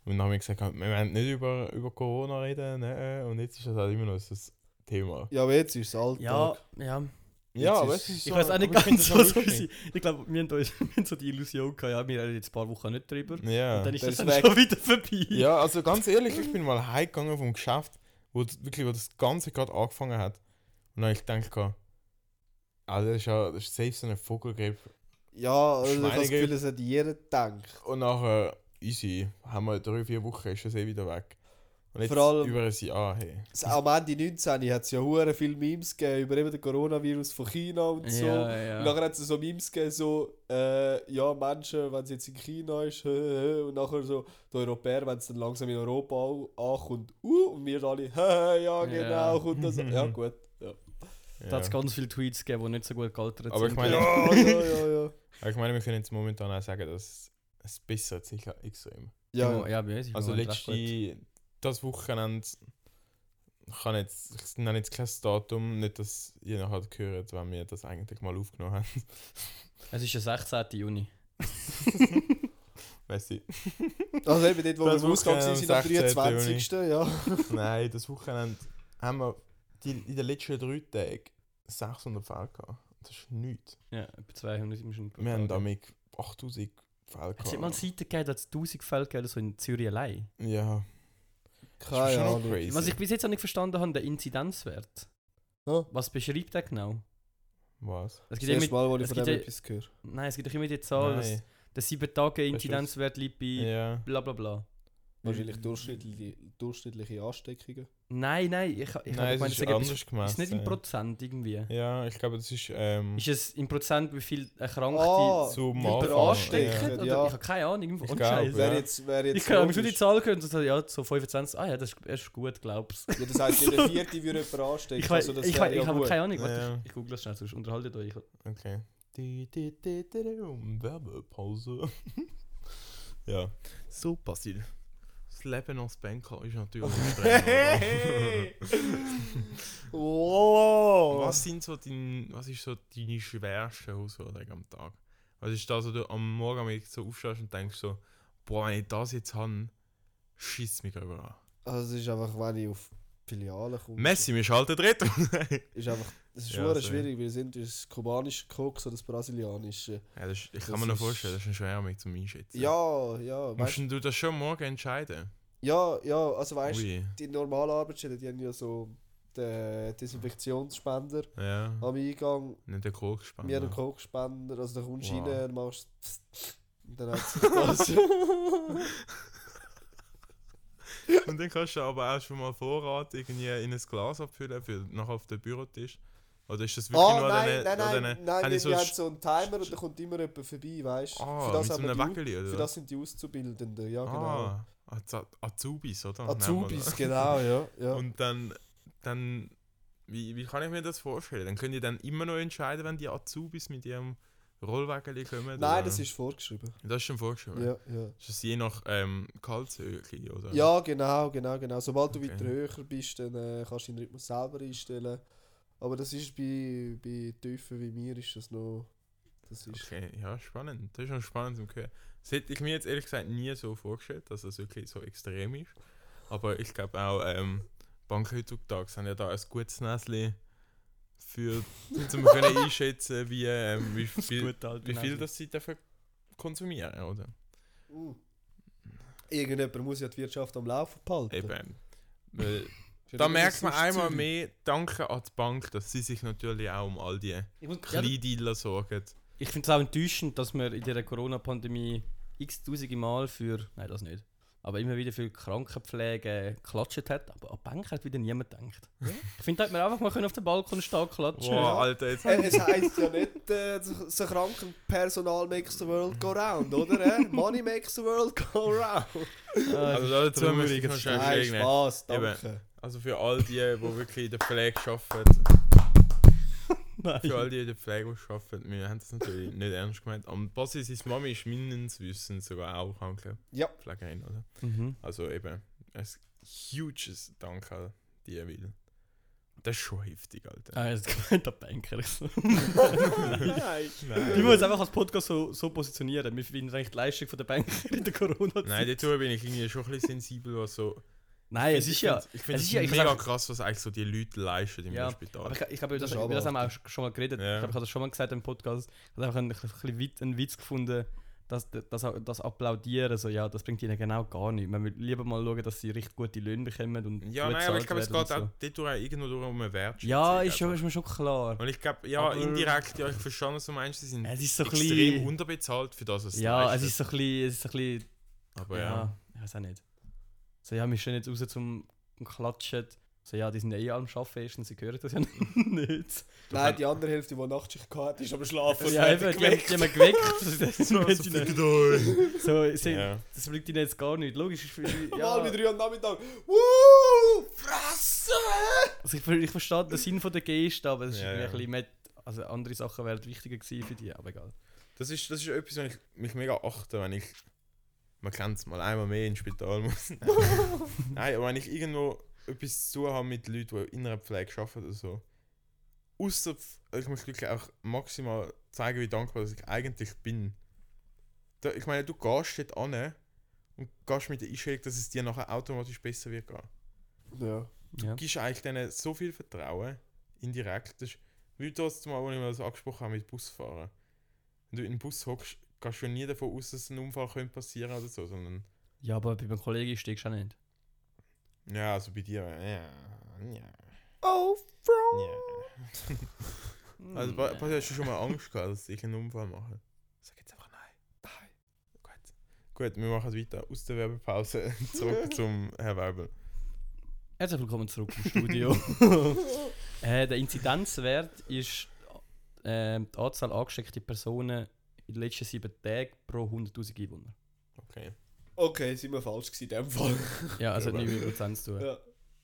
[SPEAKER 3] dann haben wir gesagt, wir wollen nicht über, über Corona reden. Ne? Und jetzt ist das halt immer noch so das Thema.
[SPEAKER 4] Ja, aber jetzt ist es Alltag.
[SPEAKER 2] Ja, ja.
[SPEAKER 3] Ja,
[SPEAKER 4] Jetzt
[SPEAKER 3] aber
[SPEAKER 4] ist-
[SPEAKER 3] es ist
[SPEAKER 2] Ich weiß auch nicht
[SPEAKER 3] aber ich find
[SPEAKER 2] ganz,
[SPEAKER 3] das
[SPEAKER 2] was wir
[SPEAKER 3] lustig.
[SPEAKER 2] sind. Ich glaube, wir haben da- wir haben so die Illusion gehabt, ja, wir reden jetzt ein paar Wochen nicht drüber.
[SPEAKER 3] Ja.
[SPEAKER 2] Und dann ist
[SPEAKER 4] Dann
[SPEAKER 2] das
[SPEAKER 4] ist
[SPEAKER 2] dann
[SPEAKER 4] weg.
[SPEAKER 2] schon wieder vorbei.
[SPEAKER 3] ja, also ganz ehrlich, ich bin mal heimgegangen vom Geschäft, wo das- wirklich wo das Ganze gerade angefangen hat. Und dann habe ich gedacht, Alter, das ist ja das ist safe so eine Vogelgrippe.
[SPEAKER 4] Ja, also ich habe das
[SPEAKER 3] Schweinegeld.
[SPEAKER 4] Gefühl, es hat jeder gedacht.
[SPEAKER 3] Und nachher, easy, haben wir drei, vier Wochen, ist das eh wieder weg. Und jetzt
[SPEAKER 4] Vor allem-
[SPEAKER 3] über ein Jahr, hey.
[SPEAKER 4] S- Am Ende 19 hat es ja hure viele Memes gegeben über eben den Coronavirus von China und so.
[SPEAKER 2] Ja,
[SPEAKER 4] Und
[SPEAKER 2] ja.
[SPEAKER 4] nachher hat es so Memes gegeben, so, äh, ja, Menschen, wenn es jetzt in China ist, und nachher so, die Europäer, wenn es dann langsam in Europa au- ankommt, uh, und wir alle, ja, genau,
[SPEAKER 2] Ja.
[SPEAKER 4] kommt das. Ja, gut. Ja,
[SPEAKER 2] Da hat es
[SPEAKER 3] Ja.
[SPEAKER 2] ganz viele Tweets gegeben, die nicht so gut gealtert
[SPEAKER 3] Aber ich
[SPEAKER 2] sind.
[SPEAKER 3] meine-
[SPEAKER 4] ja, ja, ja. Ja,
[SPEAKER 3] Aber ich meine, wir können jetzt momentan auch sagen, dass es bessert sich ja extrem.
[SPEAKER 4] ja,
[SPEAKER 2] ja, ja bei uns ist
[SPEAKER 3] Also
[SPEAKER 2] im Moment recht gut.
[SPEAKER 3] letzte, das Wochenende kann jetzt, ich nenne jetzt kein Datum, nicht, dass ihr nachher gehört, wenn wir das eigentlich mal aufgenommen haben.
[SPEAKER 2] Es ist der 16. Juni.
[SPEAKER 3] Weißt du?
[SPEAKER 4] Also eben dort, wo
[SPEAKER 3] Das
[SPEAKER 4] wir im Ausgang
[SPEAKER 3] Wochenende
[SPEAKER 4] waren, sind am
[SPEAKER 3] am 16.
[SPEAKER 4] 23. Ja.
[SPEAKER 3] Nein, das Wochenende haben wir die, in den letzten drei Tagen 600 Fälle gehabt. Das ist nichts.
[SPEAKER 2] Ja, etwa 200 im Schnitt. pro
[SPEAKER 3] Wir haben
[SPEAKER 2] Tag.
[SPEAKER 3] damit 8000 Fälle
[SPEAKER 2] Es hat mal
[SPEAKER 3] gehabt.
[SPEAKER 2] Seiten gegeben, dass es 1000 Fälle gegeben hat, so in Zürich allein.
[SPEAKER 3] Ja, das ist
[SPEAKER 4] Keine
[SPEAKER 3] schon noch
[SPEAKER 4] Ahnung.
[SPEAKER 3] crazy.
[SPEAKER 2] Ah, Was ich bis jetzt noch nicht verstanden habe, der Inzidenzwert.
[SPEAKER 4] Ja.
[SPEAKER 2] Was beschreibt der genau?
[SPEAKER 3] Was?
[SPEAKER 2] Es
[SPEAKER 4] Das
[SPEAKER 2] gibt
[SPEAKER 4] erste
[SPEAKER 2] immer,
[SPEAKER 4] Mal, wo ich
[SPEAKER 2] es
[SPEAKER 4] von
[SPEAKER 2] gibt
[SPEAKER 4] dem
[SPEAKER 2] ja-
[SPEAKER 4] etwas höre.
[SPEAKER 2] nein, es gibt doch immer die Zahl, dass
[SPEAKER 3] Nein.
[SPEAKER 2] der 7-Tage-Inzidenzwert liegt bei
[SPEAKER 3] Ja.
[SPEAKER 2] bla bla bla.
[SPEAKER 4] Wahrscheinlich durchschnittliche, durchschnittliche Ansteckungen.
[SPEAKER 2] Nein, nein, ich, ich
[SPEAKER 3] Nein,
[SPEAKER 2] gemeint,
[SPEAKER 3] es
[SPEAKER 2] es
[SPEAKER 3] ist
[SPEAKER 2] sei etwas-
[SPEAKER 3] anders
[SPEAKER 2] ist
[SPEAKER 3] gemacht.
[SPEAKER 2] es nicht in Prozent irgendwie.
[SPEAKER 3] Ja, ich glaube, das ist ähm,
[SPEAKER 2] Ist es in Prozent, wie viel erkrankte
[SPEAKER 4] Ah,
[SPEAKER 3] zum
[SPEAKER 4] über
[SPEAKER 3] Anfang,
[SPEAKER 4] Anstecken?
[SPEAKER 2] stecken? Oder
[SPEAKER 4] Ja.
[SPEAKER 2] Ich habe keine Ahnung. Ich,
[SPEAKER 3] Ich glaub,
[SPEAKER 2] Scheiße.
[SPEAKER 3] ja.
[SPEAKER 4] Wer jetzt, wer jetzt
[SPEAKER 2] ich kann mir schon die
[SPEAKER 4] komisch-
[SPEAKER 2] Zahl gehört und so, ja, so 25. Ah ja, das ist, das ist gut, glaubst
[SPEAKER 4] Ja, das heisst, jeder vierte würde jemanden anstecken.
[SPEAKER 2] Ich, weiß,
[SPEAKER 4] also,
[SPEAKER 2] ich,
[SPEAKER 4] das
[SPEAKER 2] ich,
[SPEAKER 4] wäre ja
[SPEAKER 2] habe
[SPEAKER 4] gut.
[SPEAKER 2] keine Ahnung. Warte,
[SPEAKER 3] Ja.
[SPEAKER 2] ich, ich google das schnell, sonst unterhaltet euch.
[SPEAKER 3] Okay. Du, du, du, du, du, Werbepause. ja. So, Basil. Das Leben als Banker ist natürlich.
[SPEAKER 4] Hey! wow!
[SPEAKER 3] was sind so dein, was ist so deine schwerste Herausforderung am Tag? Was ist das, wo du am Morgen mit so aufstehst und denkst so, boah, wenn ich das jetzt habe, schießt mich über an.
[SPEAKER 4] Also, es ist einfach, wenn ich auf Filialen komme.
[SPEAKER 3] Messi, wir schalten dritt.
[SPEAKER 4] Ist einfach, es ist
[SPEAKER 3] Ja,
[SPEAKER 4] ja,
[SPEAKER 3] sorry.
[SPEAKER 4] schwierig, weil es sind das kubanische Koks oder das brasilianische.
[SPEAKER 3] ja, das, ist- ich
[SPEAKER 4] Das
[SPEAKER 3] kann mir noch
[SPEAKER 4] ist-
[SPEAKER 3] vorstellen, das ist ein schwerer Weg zum Einschätzen.
[SPEAKER 4] Ja, ja, weißt,
[SPEAKER 3] Musst du das schon morgen entscheiden?
[SPEAKER 4] ja, ja, also weißt du,
[SPEAKER 3] Ui.
[SPEAKER 4] die normalen Arbeitsstellen, die haben ja so den Desinfektionsspender
[SPEAKER 3] Ja.
[SPEAKER 4] am Eingang,
[SPEAKER 3] Nicht der Kohl gespannt.
[SPEAKER 4] mir einen Kokspender, also da kommst du
[SPEAKER 3] Wow.
[SPEAKER 4] rein und machst und dann hat sich das.
[SPEAKER 3] Und dann kannst du aber auch schon mal Vorrat irgendwie in ein Glas abfüllen für nachher auf den Bürotisch. Oder ist das wirklich
[SPEAKER 4] Ah,
[SPEAKER 3] nur an
[SPEAKER 4] nein,
[SPEAKER 3] diesen-
[SPEAKER 4] nein,
[SPEAKER 3] an
[SPEAKER 4] nein,
[SPEAKER 3] diesen-
[SPEAKER 4] nein,
[SPEAKER 3] haben die
[SPEAKER 4] wir,
[SPEAKER 3] so
[SPEAKER 4] wir haben
[SPEAKER 3] Sch-
[SPEAKER 4] so einen Timer und da kommt immer jemand vorbei, weißt du.
[SPEAKER 3] Ah,
[SPEAKER 4] für, das
[SPEAKER 3] mit so
[SPEAKER 4] haben
[SPEAKER 3] einem
[SPEAKER 4] wir die-
[SPEAKER 3] Wackeli, oder?
[SPEAKER 4] für das sind die Auszubildenden, ja genau.
[SPEAKER 3] ah, Aza- Azubis, oder? Nennen wir
[SPEAKER 4] Azubis,
[SPEAKER 3] das.
[SPEAKER 4] genau, ja. ja.
[SPEAKER 3] Und dann, dann wie, wie kann ich mir das vorstellen? Dann können die dann immer noch entscheiden, wenn die Azubis mit ihrem Rollwagen kommen? oder?
[SPEAKER 4] Nein, das ist vorgeschrieben.
[SPEAKER 3] Das ist schon vorgeschrieben.
[SPEAKER 4] Ja, ja.
[SPEAKER 3] Ist das je nach ähm, Gehaltshöhe, oder?
[SPEAKER 4] Ja, genau, genau, genau. Sobald du
[SPEAKER 3] Okay.
[SPEAKER 4] weiter höher bist, dann äh, kannst du deinen Rhythmus selber einstellen. Aber das ist bei, bei Tiefen wie mir ist das noch. Das ist.
[SPEAKER 3] Okay, ja, spannend. Das ist schon spannend zum Hören. Das hätte ich mir jetzt ehrlich gesagt nie so vorgestellt, dass das wirklich so extrem ist. Aber ich glaube auch, ähm, Banken heutzutage sind ja da ein gutes Näschen für, um können einschätzen, wie, ähm, wie, viel, wie viel das sie dafür konsumieren, oder?
[SPEAKER 4] Mm. Irgendjemand muss ja die Wirtschaft am Laufen behalten.
[SPEAKER 3] Eben. Weil
[SPEAKER 4] Für
[SPEAKER 3] da
[SPEAKER 4] irgendwas
[SPEAKER 3] merkt man
[SPEAKER 4] sonst
[SPEAKER 3] einmal
[SPEAKER 4] Zeug.
[SPEAKER 3] mehr, danke an die Bank, dass sie sich natürlich auch um all die
[SPEAKER 2] Ich, muss- ja,
[SPEAKER 3] Kleindealer sorgen.
[SPEAKER 2] ich finde es auch enttäuschend, dass wir in dieser Corona-Pandemie x-tausende Mal für, nein, das nicht, aber immer wieder für Krankenpflege geklatscht hat. Aber an die Bank hat wieder niemand gedacht. Ich finde, da hätte man einfach mal können auf den Balkon stehen klatschen
[SPEAKER 3] Boah, Alter, jetzt
[SPEAKER 4] Äh, es heisst ja nicht, äh, so so Krankenpersonal makes the world go round, oder? Äh? Money makes the world go round.
[SPEAKER 3] Also dazu muss ich noch schnell
[SPEAKER 4] Nein,
[SPEAKER 3] sagen,
[SPEAKER 4] Spaß,
[SPEAKER 3] Eben.
[SPEAKER 4] danke.
[SPEAKER 3] Also für all die, die wirklich in der Pflege arbeiten, für all die, die in der Pflege arbeiten, wir haben das natürlich nicht ernst gemeint. Am Basi, seine Mami ist meines Wissens sogar auch
[SPEAKER 4] Ja.
[SPEAKER 3] Krankenpflegerin, oder?
[SPEAKER 2] Mhm.
[SPEAKER 3] Also eben, ein huges Dank an die, weil Das ist schon heftig, Alter.
[SPEAKER 2] Ah, jetzt gemeint der Banker.
[SPEAKER 4] Nein.
[SPEAKER 3] Nein.
[SPEAKER 2] Ich muss einfach als Podcast so, so positionieren. Wir finden eigentlich die Leistung von der Banker in der corona
[SPEAKER 3] Nein, dazu bin ich irgendwie schon ein bisschen sensibel, was so.
[SPEAKER 2] Nein, es
[SPEAKER 3] Ich
[SPEAKER 2] ist ja.
[SPEAKER 3] find's- Ich finde
[SPEAKER 2] es
[SPEAKER 3] es
[SPEAKER 2] ist ja- ich
[SPEAKER 3] mega
[SPEAKER 2] sag-
[SPEAKER 3] krass, was eigentlich so die Leute leisten im
[SPEAKER 2] Ja,
[SPEAKER 3] Spital.
[SPEAKER 2] Aber ich, ich glaube,
[SPEAKER 4] Das
[SPEAKER 2] das,
[SPEAKER 4] ist
[SPEAKER 2] über
[SPEAKER 4] aber
[SPEAKER 2] das haben wir auch
[SPEAKER 4] oft.
[SPEAKER 2] schon mal geredet.
[SPEAKER 3] Ja.
[SPEAKER 2] Ich glaube, ich habe das schon mal gesagt im Podcast. Ich habe einfach einen, ein bisschen Wit- einen Witz gefunden, dass das, das Applaudieren, so, ja, das bringt ihnen genau gar nichts. Man will lieber mal schauen, dass sie richtig gute Löhne bekommen und
[SPEAKER 3] ja,
[SPEAKER 2] gut
[SPEAKER 3] nein, aber ich
[SPEAKER 2] bezahlt
[SPEAKER 3] glaube, es
[SPEAKER 2] werden
[SPEAKER 3] geht
[SPEAKER 2] und
[SPEAKER 3] auch dort auch also irgendwo durch um eine
[SPEAKER 2] so.
[SPEAKER 3] Wertschätzung.
[SPEAKER 2] Ja, ist, schon,
[SPEAKER 3] einfach.
[SPEAKER 2] ist mir schon klar.
[SPEAKER 3] Und ich glaube, ja,
[SPEAKER 2] Aber-
[SPEAKER 3] indirekt, ja, ich verstehe, was du meinst, sie sind
[SPEAKER 2] Es ist so ein
[SPEAKER 3] extrem
[SPEAKER 2] bisschen.
[SPEAKER 3] unterbezahlt für das, was sie
[SPEAKER 2] Ja, es
[SPEAKER 3] leisten.
[SPEAKER 2] ist so ein bisschen. Es ist so ein bisschen
[SPEAKER 3] Aber
[SPEAKER 2] ja.
[SPEAKER 3] ja.
[SPEAKER 2] ich weiß auch nicht. So, ja, wir stehen jetzt raus zum Klatschen. So, ja, die sind eh am Arbeiten, erstens, sie hören das ja nicht.
[SPEAKER 4] Nein, die andere Hälfte, die Nachtschicht hatte, ist am Schlafen. und
[SPEAKER 2] ja,
[SPEAKER 4] hat
[SPEAKER 2] eben, die, haben-
[SPEAKER 4] geweckt.
[SPEAKER 2] die haben mich geweckt. Das,
[SPEAKER 3] So,
[SPEAKER 2] das,
[SPEAKER 3] so Also fickt euch.
[SPEAKER 2] so, sie,
[SPEAKER 3] Ja.
[SPEAKER 2] Das bringt ihnen jetzt gar nicht. Logisch, ich, ich- ja,
[SPEAKER 4] Mal mit drei am Nachmittag. Wuuu! Fresse!
[SPEAKER 2] also ich, ver- ich verstehe den Sinn von der Geste, aber es ist
[SPEAKER 3] Ja,
[SPEAKER 2] irgendwie
[SPEAKER 3] ja.
[SPEAKER 2] ein bisschen mehr, also andere Sachen wären wichtiger gewesen für die, aber egal.
[SPEAKER 3] Das ist, das ist etwas, wenn ich mich mega achte, wenn ich. Man kennt es mal einmal mehr ins Spital muss. Nein. Nein, aber wenn ich irgendwo etwas zu tun habe mit Leuten, die in einer Pflege arbeiten oder so. Außer ich muss wirklich auch maximal zeigen, wie dankbar dass ich eigentlich bin. Da, ich meine, du gehst dort an und gehst mit der Einstellung, dass es dir nachher automatisch besser wird gehen.
[SPEAKER 4] Ja.
[SPEAKER 2] Ja.
[SPEAKER 3] gibst eigentlich denen so viel Vertrauen, indirekt. Das ist wie das Mal, wo ich mir das angesprochen habe mit Busfahren. Wenn du in den Bus hockst, gehst du ja nie davon aus, dass ein Unfall könnte passieren oder so, sondern
[SPEAKER 2] ja, aber bei meinem Kollegen steigst du auch nicht.
[SPEAKER 3] ja, also bei dir, ja, ja,
[SPEAKER 4] Oh, Frau!
[SPEAKER 3] ja. Also, bei, bei dir hast du schon mal Angst gehabt, dass ich einen Unfall mache. Sag jetzt einfach nein. Nein. Gut. Gut, wir machen weiter. Aus der Werbepause zurück zum Herr Weibel.
[SPEAKER 2] Herzlich willkommen zurück im Studio. äh, der Inzidenzwert ist äh, die Anzahl angesteckter Personen in den letzten sieben Tagen pro 100.000 Einwohner.
[SPEAKER 3] Okay,
[SPEAKER 4] Okay, sind wir falsch gewesen in dem Fall.
[SPEAKER 2] Ja, also hat
[SPEAKER 3] Ja, aber-
[SPEAKER 2] nichts mit Prozent zu tun.
[SPEAKER 4] ja.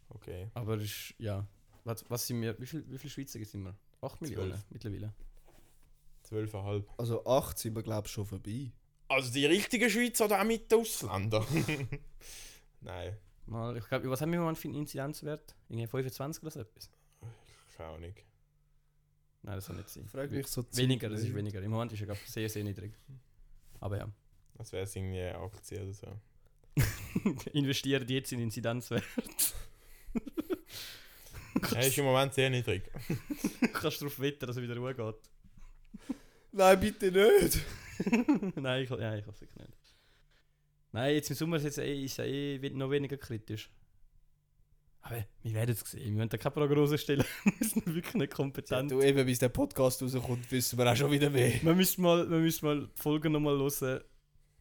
[SPEAKER 3] okay.
[SPEAKER 2] Aber ist, ja. Was, was sind wir, wie viele wie viel Schweizer sind wir? 8 Millionen mittlerweile.
[SPEAKER 3] Zwölfeinhalb.
[SPEAKER 4] Also 8 sind wir, glaube ich, schon vorbei.
[SPEAKER 3] Also die richtigen Schweizer oder auch mit den Ausländern? Nein,
[SPEAKER 2] Mal, ich glaube, was haben wir mal für einen Inzidenzwert? Irgendwie 25 oder so etwas?
[SPEAKER 3] keine Ahnung.
[SPEAKER 2] Nein, das soll nicht sein.
[SPEAKER 4] Frag mich so
[SPEAKER 2] Weniger, das ist weniger. Im Moment ist er glaub, sehr, sehr niedrig. Aber ja.
[SPEAKER 3] Das wäre es irgendwie eine Aktie oder so.
[SPEAKER 2] Investiert jetzt in Inzidenzwert.
[SPEAKER 3] Er ist im Moment sehr niedrig.
[SPEAKER 2] Kannst darauf wetten, dass er wieder Ruhe geht.
[SPEAKER 4] Nein, bitte nicht!
[SPEAKER 2] Nein, ich, ja, ich hoffe es nicht. Nein, jetzt im Sommer ist es eh, ist eh we- noch weniger kritisch. Aber wir werden es sehen. Wir müssen da keine Prognose stellen. wir sind wirklich nicht
[SPEAKER 4] Ja,
[SPEAKER 2] kompetent.
[SPEAKER 4] du, eben, bis der Podcast rauskommt, wissen wir auch schon wieder mehr.
[SPEAKER 2] Man müsste mal, man müsste mal die Folgen nochmal hören